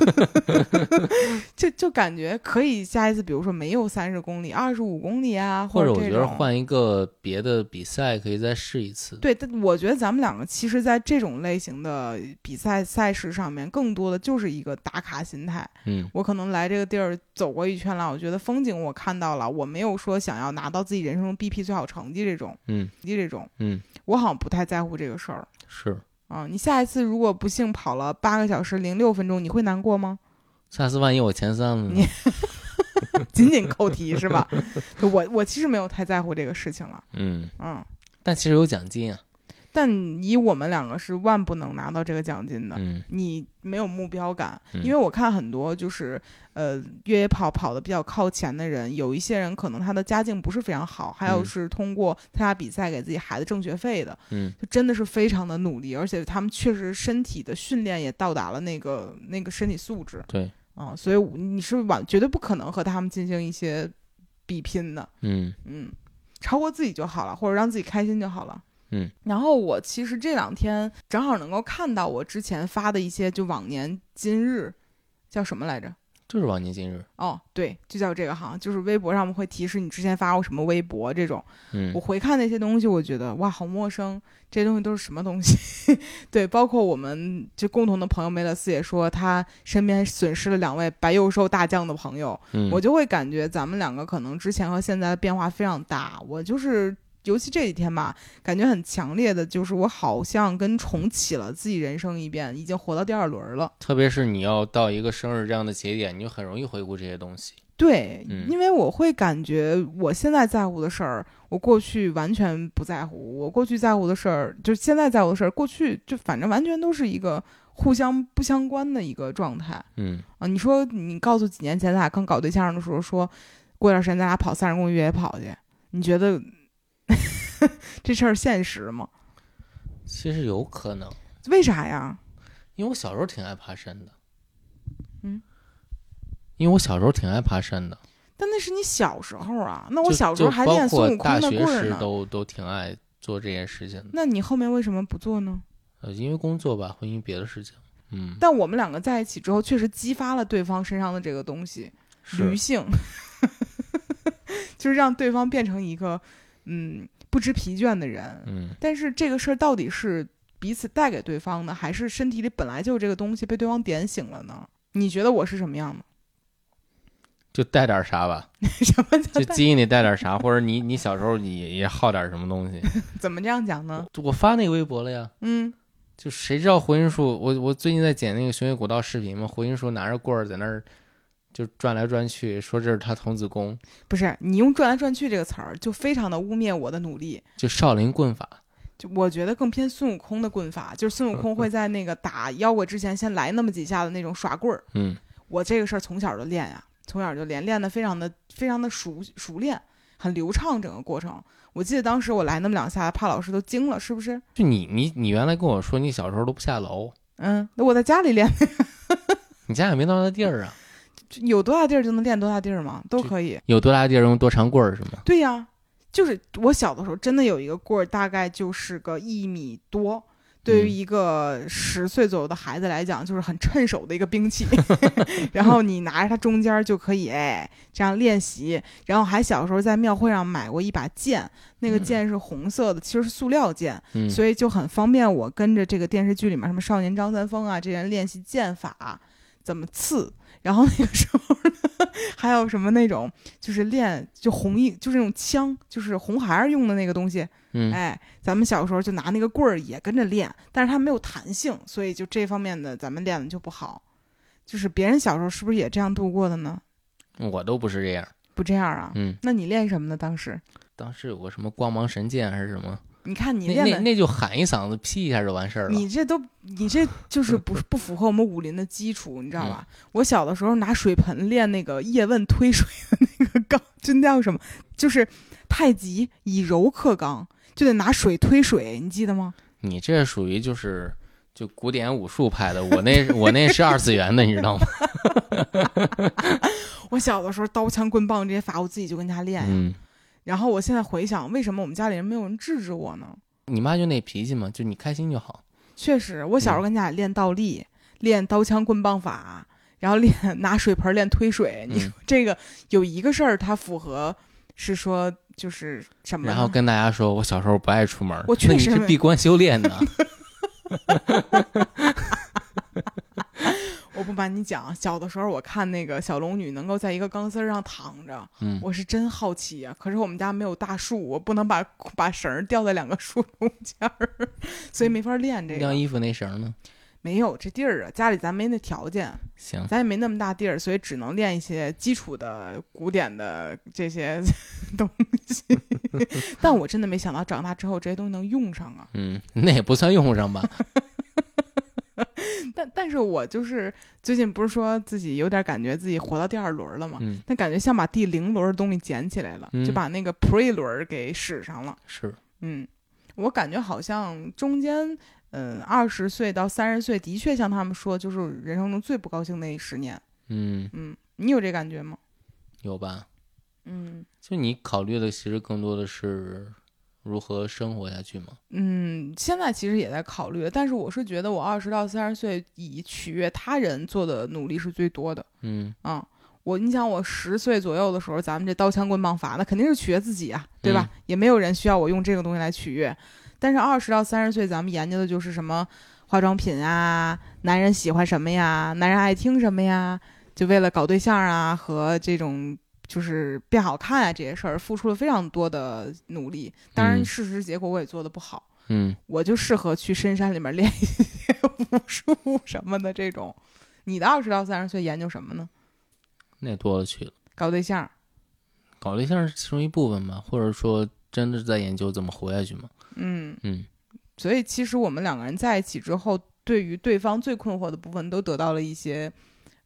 B: 就就感觉可以下一次，比如说没有三十公里，二十五公里啊，
A: 或者
B: 者
A: 我觉
B: 这
A: 得
B: 种
A: 换一个别的比赛可以再试一次。
B: 对，但我觉得咱们两个其实，在这种类型的比赛赛事上面，更多的就是一个打卡心态。
A: 嗯
B: 我可能来这个地儿走过一圈了，我觉得风景我看到了，我没有说想要拿到自己人生中 BP 最好成绩这种
A: 嗯
B: 成绩这种，
A: 嗯，
B: 我好像不太在乎这个事儿
A: 是。
B: 啊。你下一次如果不幸跑了八个小时零六分钟，你会难过吗？
A: 下次万一我前三了呢
B: 你？仅仅扣题是吧？ 对我我其实没有太在乎这个事情了，
A: 嗯，
B: 嗯。
A: 但其实有奖金啊。
B: 但以我们两个是万不能拿到这个奖金的，
A: 嗯
B: 你没有目标感，
A: 嗯
B: 因为我看很多就是呃越野跑跑的比较靠前的人，有一些人可能他的家境不是非常好，还有
A: 嗯
B: 是通过参加比赛给自己孩子挣学费的，
A: 嗯
B: 就真的是非常的努力，而且他们确实身体的训练也到达了那个那个身体素质
A: 对，
B: 啊，所以我你是完绝对不可能和他们进行一些比拼的，
A: 嗯
B: 嗯，超过自己就好了，或者让自己开心就好了。
A: 嗯，
B: 然后我其实这两天正好能够看到我之前发的一些，就往年今日叫什么来着？
A: 就是往年今日，
B: 哦，对，就叫这个行，就是微博上我们会提示你之前发过什么微博这种。
A: 嗯
B: 我回看那些东西，我觉得哇，好陌生，这些东西都是什么东西？ 对，包括我们就共同的朋友梅勒斯也说，他身边损失了两位白幼瘦大将的朋友，
A: 嗯，
B: 我就会感觉咱们两个可能之前和现在的变化非常大。我就是，尤其这几天吧，感觉很强烈的，就是我好像跟重启了自己人生一遍，已经活到第二轮了。
A: 特别是你要到一个生日这样的节点，你就很容易回顾这些东西。
B: 对，
A: 嗯
B: 因为我会感觉我现在在乎的事儿，我过去完全不在乎。我过去在乎的事儿，就是现在在乎的事儿，过去就反正完全都是一个互相不相关的一个状态
A: 嗯
B: 啊。你说，你告诉几年前咱俩刚搞对象的时候说，过段时间咱俩跑三十公里越野跑去，你觉得 这事儿现实吗？
A: 其实有可能，
B: 为啥呀？
A: 因为我小时候挺爱爬山的。
B: 嗯，
A: 因为我小时候挺爱爬山的。
B: 但那是你小时候啊，那我
A: 就
B: 小时候
A: 就
B: 还练
A: 包括
B: 孙悟空
A: 大
B: 的
A: 学
B: 棍儿
A: 时
B: 呢。
A: 都都挺爱做这些事情的。
B: 那你后面为什么不做呢？
A: 呃，因为工作吧，会因为别的事情。嗯，
B: 但我们两个在一起之后，确实激发了对方身上的这个东西，驴
A: 是
B: 性， 就是让对方变成一个嗯不知疲倦的人。
A: 嗯，
B: 但是这个事儿到底是彼此带给对方的，还是身体里本来就有这个东西被对方点醒了呢？你觉得我是什么样的？
A: 就带点啥吧，
B: 什么叫
A: 就
B: 带
A: 基因里带点啥，或者你你小时候也也好点什么东西。
B: 怎么这样讲呢？
A: 我发那个微博了呀。
B: 嗯，
A: 就谁知道胡云树？我我最近在剪那个《熊野古道》视频嘛，胡云树拿着棍儿在那儿就转来转去，说这是他童子功，
B: 不是，你用“转来转去”这个词儿，就非常的污蔑我的努力。
A: 就少林棍法。
B: 就我觉得更偏孙悟空的棍法，就是孙悟空会在那个打妖怪之前先来那么几下的那种耍棍儿。
A: 嗯，
B: 我这个事儿从小就练呀、从小就练，练得非常的非常的熟熟练，很流畅整个过程。我记得当时我来那么两下，怕老师都惊了，是不是？
A: 就你你你原来跟我说你小时候都不下楼，
B: 嗯，那我在家里练，
A: 你家也没到那地儿啊？
B: 就有多大地儿就能练多大地儿嘛，都可以。
A: 有多大地儿用多长棍儿是吗？
B: 对呀、就是我小的时候真的有一个棍儿，大概就是个一米多。对于一个十岁左右的孩子来讲，就是很趁手的一个兵器， 然后你拿着它中间儿就可以哎这样练习。然后还小时候在庙会上买过一把剑，那个
A: 嗯
B: 剑是红色的，其实是塑料剑，
A: 嗯，
B: 所以就很方便我跟着这个电视剧里面什么少年张三丰啊这些人练习剑法啊怎么刺。然后那个时候呢， 还有什么那种就是练就红缨，就是那种枪，就是红孩儿用的那个东西。
A: 嗯，
B: 哎，咱们小时候就拿那个棍儿也跟着练，但是它没有弹性，所以就这方面的咱们练的就不好。就是别人小时候是不是也这样度过的呢？
A: 我都不是这样。
B: 不这样啊？
A: 嗯，
B: 那你练什么呢？当时
A: 当时有个什么光芒神剑还是什么，
B: 你看你
A: 那那
B: 练的，
A: 那就喊一嗓子劈一下就完事儿了。
B: 你这都你这就是不不符合我们武林的基础，你知道吧？
A: 嗯
B: 我小的时候拿水盆练那个叶问推水的那个杠，就那叫什么？就是太极以柔克刚，就得拿水推水，你记得吗？
A: 你这属于就是就古典武术派的，我那我那是二次元的，你知道吗？
B: 我小的时候刀枪棍棒这些法我自己就跟家练呀。
A: 嗯。
B: 然后我现在回想，为什么我们家里人没有人制止我呢？
A: 你妈就那脾气嘛，就你开心就好。
B: 确实，我
A: 嗯
B: 小时候跟家里练倒立、练刀枪棍棒法，然后练 拿水盆练推水。你
A: 嗯
B: 说这个有一个事儿，它符合是说就是什么呢？
A: 然后跟大家说，我小时候不爱出门，
B: 我 确
A: 那你
B: 实
A: 是
B: 没
A: 闭关修炼 的。
B: 我不瞒你讲，小的时候我看那个小龙女能够在一个钢丝儿上躺着，
A: 嗯，
B: 我是真好奇呀、可是我们家没有大树，我不能把 把绳儿吊在两个树中间儿，
A: 嗯
B: 所以没法练这
A: 晾
B: 个。
A: 衣服那绳呢？
B: 没有这地儿啊，家里咱没那条件。
A: 行，
B: 咱也没那么大地儿，所以只能练一些基础的、古典的这些 东西。 但我真的没想到长大之后这些东西能用上啊！
A: 嗯， 那也不算用上 吧。
B: 但但是我就是最近不是说自己有点感觉自己活到第二轮了吗？
A: 嗯，
B: 但感觉像把第零轮的东西捡起来了，
A: 嗯
B: 就把那个 pre 轮儿给使上了。
A: 是，
B: 嗯，我感觉好像中间，嗯，二十岁到三十岁，的确像他们说，就是人生中最不高兴那十年。
A: 嗯，
B: 嗯，你有这感觉吗？
A: 有吧？
B: 嗯，
A: 就你考虑的其实更多的是如何生活下去吗？
B: 嗯，现在其实也在考虑，但是我是觉得我二十到三十岁以取悦他人做的努力是最多的。
A: 嗯
B: 嗯，我你想我十岁左右的时候，咱们这刀枪棍棒法，那肯定是取悦自己啊，对吧？也没有人需要我用这个东西来取悦。但是二十到三十岁，咱们研究的就是什么化妆品啊，男人喜欢什么呀，男人爱听什么呀，就为了搞对象啊和这种就是变好看啊这些事儿，付出了非常多的努力。当然，
A: 嗯
B: 事实结果我也做的不好。
A: 嗯
B: 我就适合去深山里面练一些武术 什么的这种。你的二十到三十岁研究什么呢？
A: 那多了去了。
B: 搞对象，
A: 搞对象是其中一部分吧，或者说真的是在研究怎么活下去嘛。
B: 嗯，
A: 嗯
B: 所以其实我们两个人在一起之后，对于对方最困惑的部分都得到了一些，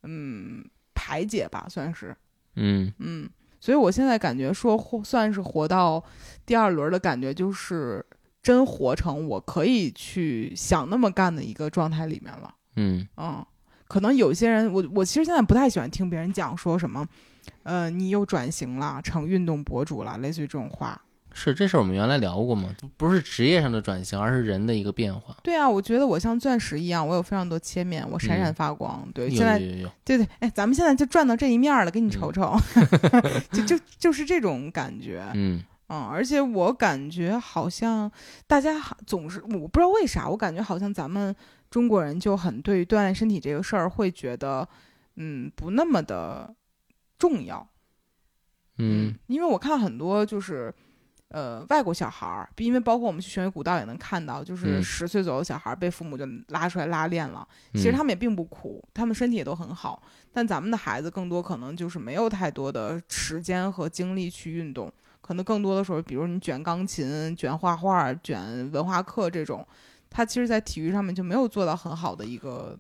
B: 嗯，排解吧，算是，
A: 嗯
B: 嗯，所以我现在感觉说活算是活到第二轮的感觉，就是真活成我可以去想那么干的一个状态里面了。
A: 嗯
B: 嗯，可能有些人，我我其实现在不太喜欢听别人讲说什么，呃，你又转型了，成运动博主了，类似于这种话。
A: 是这事儿我们原来聊过嘛，不是职业上的转型，而是人的一个变化。
B: 对啊，我觉得我像钻石一样，我有非常多切面，我闪闪
A: 嗯
B: 发光。对，
A: 有
B: 现在
A: 有有有，
B: 对对，哎，咱们现在就转到这一面儿了，给你瞅
A: 嗯
B: 瞅，就就就是这种感觉。
A: 嗯
B: 嗯，而且我感觉好像大家好总是，我不知道为啥，我感觉好像咱们中国人就很对于锻炼身体这个事儿会觉得，嗯，不那么的重要。
A: 嗯，
B: 因为我看很多就是，呃，外国小孩儿，因为包括我们去玄学古道也能看到，就是
A: 嗯
B: 十岁左右的小孩儿被父母就拉出来拉练了。其
A: 嗯
B: 实他们也并不苦，他们身体也都很好，但咱们的孩子更多可能就是没有太多的时间和精力去运动，可能更多的时候，比如你卷钢琴、卷画画、卷文化课这种，他其实，在体育上面就没有做到很好的一个，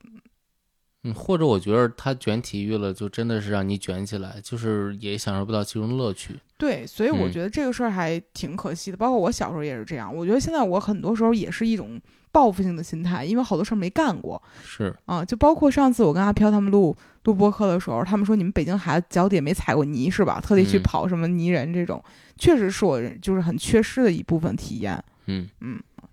A: 嗯，或者我觉得他卷体育了，就真的是让你卷起来，就是也享受不到其中的乐趣。
B: 对，所以我
A: 嗯
B: 觉得这个事儿还挺可惜的。包括我小时候也是这样，我觉得现在我很多时候也是一种报复性的心态，因为好多事儿没干过
A: 是，
B: 啊。就包括上次我跟阿飘他们录录播客的时候，他们说你们北京孩子脚底也没踩过泥是吧？特地去
A: 嗯
B: 跑什么泥人这种，确实是我人就是很缺失的一部分体验。
A: 嗯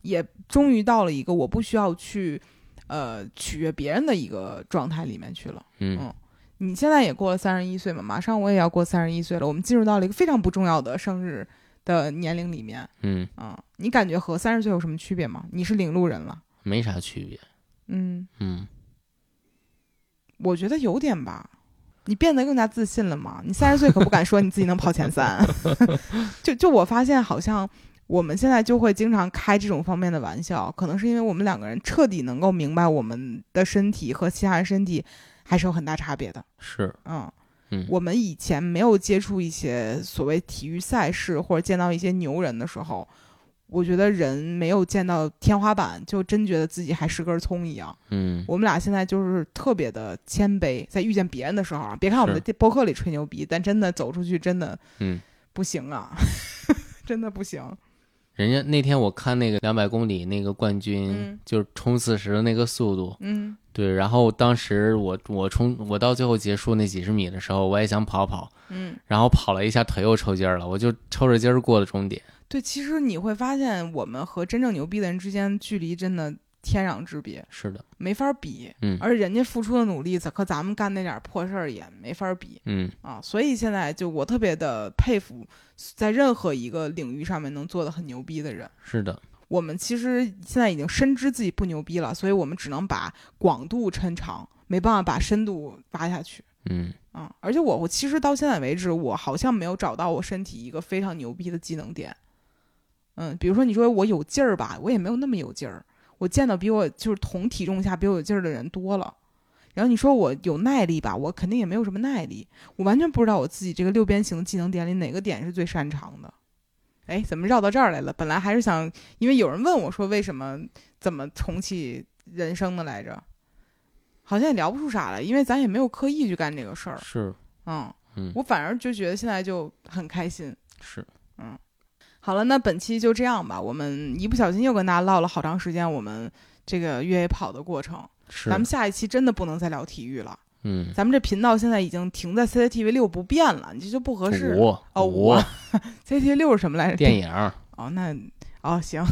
B: 也终于到了一个我不需要去呃取悦别人的一个状态里面去了。
A: 嗯
B: 嗯你现在也过了三十一岁嘛，马上我也要过三十一岁了，我们进入到了一个非常不重要的生日的年龄里面
A: 嗯，
B: 啊、你感觉和三十岁有什么区别吗？你是领路人了，
A: 没啥区别。
B: 嗯，
A: 嗯，
B: 我觉得有点吧。你变得更加自信了吗？你三十岁可不敢说你自己能跑前三， 就就我发现好像我们现在就会经常开这种方面的玩笑，可能是因为我们两个人彻底能够明白我们的身体和其他人身体还是有很大差别的。
A: 是，
B: 嗯，
A: 嗯
B: 我们以前没有接触一些所谓体育赛事或者见到一些牛人的时候，我觉得人没有见到天花板，就真觉得自己还是根葱一样。
A: 嗯
B: 我们俩现在就是特别的谦卑，在遇见别人的时候啊，别看我们
A: 是
B: 在播客里吹牛逼，但真的走出去真的
A: 嗯。
B: 不行啊， 真的不行。
A: 人家那天我看那个两百公里那个冠军，
B: 嗯
A: 就是冲四十的那个速度，
B: 嗯
A: 对。然后当时我我冲我到最后结束那几十米的时候，我也想跑跑，
B: 嗯，
A: 然后跑了一下腿又抽筋儿了，我就抽着筋儿过了终点。
B: 对，其实你会发现，我们和真正牛逼的人之间距离真的天壤之别，
A: 是的，
B: 没法比。
A: 嗯
B: 而人家付出的努力，咋和咱们干那点儿破事儿也没法比
A: 嗯
B: 啊。所以现在就我特别的佩服，在任何一个领域上面能做的很牛逼的人。
A: 是的，
B: 我们其实现在已经深知自己不牛逼了，所以我们只能把广度抻长，没办法把深度挖下去。
A: 嗯
B: 嗯，而且我我其实到现在为止，我好像没有找到我身体一个非常牛逼的技能点。嗯，比如说你说我有劲儿吧，我也没有那么有劲儿。我见到比我就是同体重下比我有劲儿的人多了。然后你说我有耐力吧，我肯定也没有什么耐力。我完全不知道我自己这个六边形技能点里哪个点是最擅长的。哎，怎么绕到这儿来了？本来还是想，因为有人问我说为什么怎么重启人生的来着，好像也聊不出啥来，因为咱也没有刻意去干这个事儿。
A: 是
B: 嗯，
A: 嗯
B: 我反而就觉得现在就很开心。
A: 是，
B: 好了，那本期就这样吧。我们一不小心又跟大家唠了好长时间我们这个越野跑的过程。
A: 是
B: 咱们下一期真的不能再聊体育了，
A: 嗯
B: 咱们这频道现在已经停在 CCTV 六不变了，你这就不合适。
A: 五
B: 哦，
A: 五
B: 我 CCTV 六是什么来 着？
A: 电影儿
B: 哦，那哦行，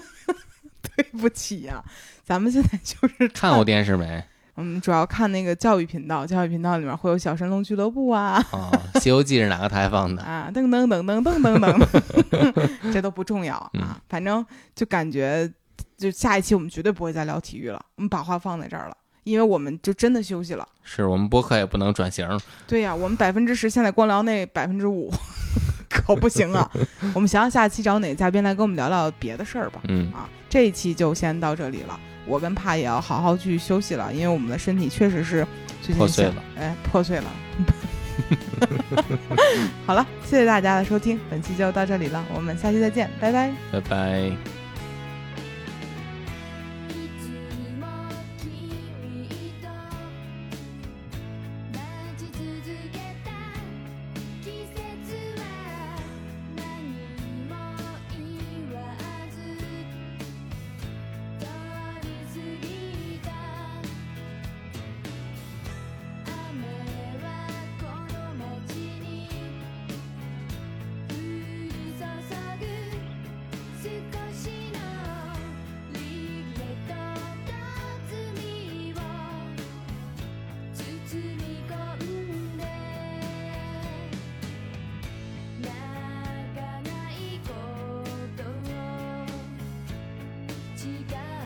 B: 对不起呀、咱们现在就是
A: 看过电视没？
B: 嗯，主要看那个教育频道，教育频道里面会有小神龙俱乐部啊
A: 啊，《西游记》是哪个台放的？
B: 啊，噔噔噔噔噔噔噔， 这都不重要
A: 嗯
B: 啊，反正就感觉，就下一期我们绝对不会再聊体育了，我们把话放在这儿了，因为我们就真的休息了。
A: 是我们播客也不能转型，
B: 对呀、我们百分之十，现在光聊那百分之五， 可不 行啊！我们想想下期找哪个嘉宾来跟我们聊聊别的事儿吧。
A: 嗯，
B: 啊，这一期就先到这里了。我跟帕也要好好去休息了，因为我们的身体确实是最近
A: 破碎
B: 想
A: 了，
B: 哎，破碎了。 好了，谢谢大家的收听，本期就到这里了，我们下期再见，拜拜。
A: 拜拜。
C: 「いつも君と待ち続けた季節は何も言わず」「通り過ぎた雨はこの街に降り注ぐ」「少しのリグレットと罪を包み込んで」「泣かないことを誓う」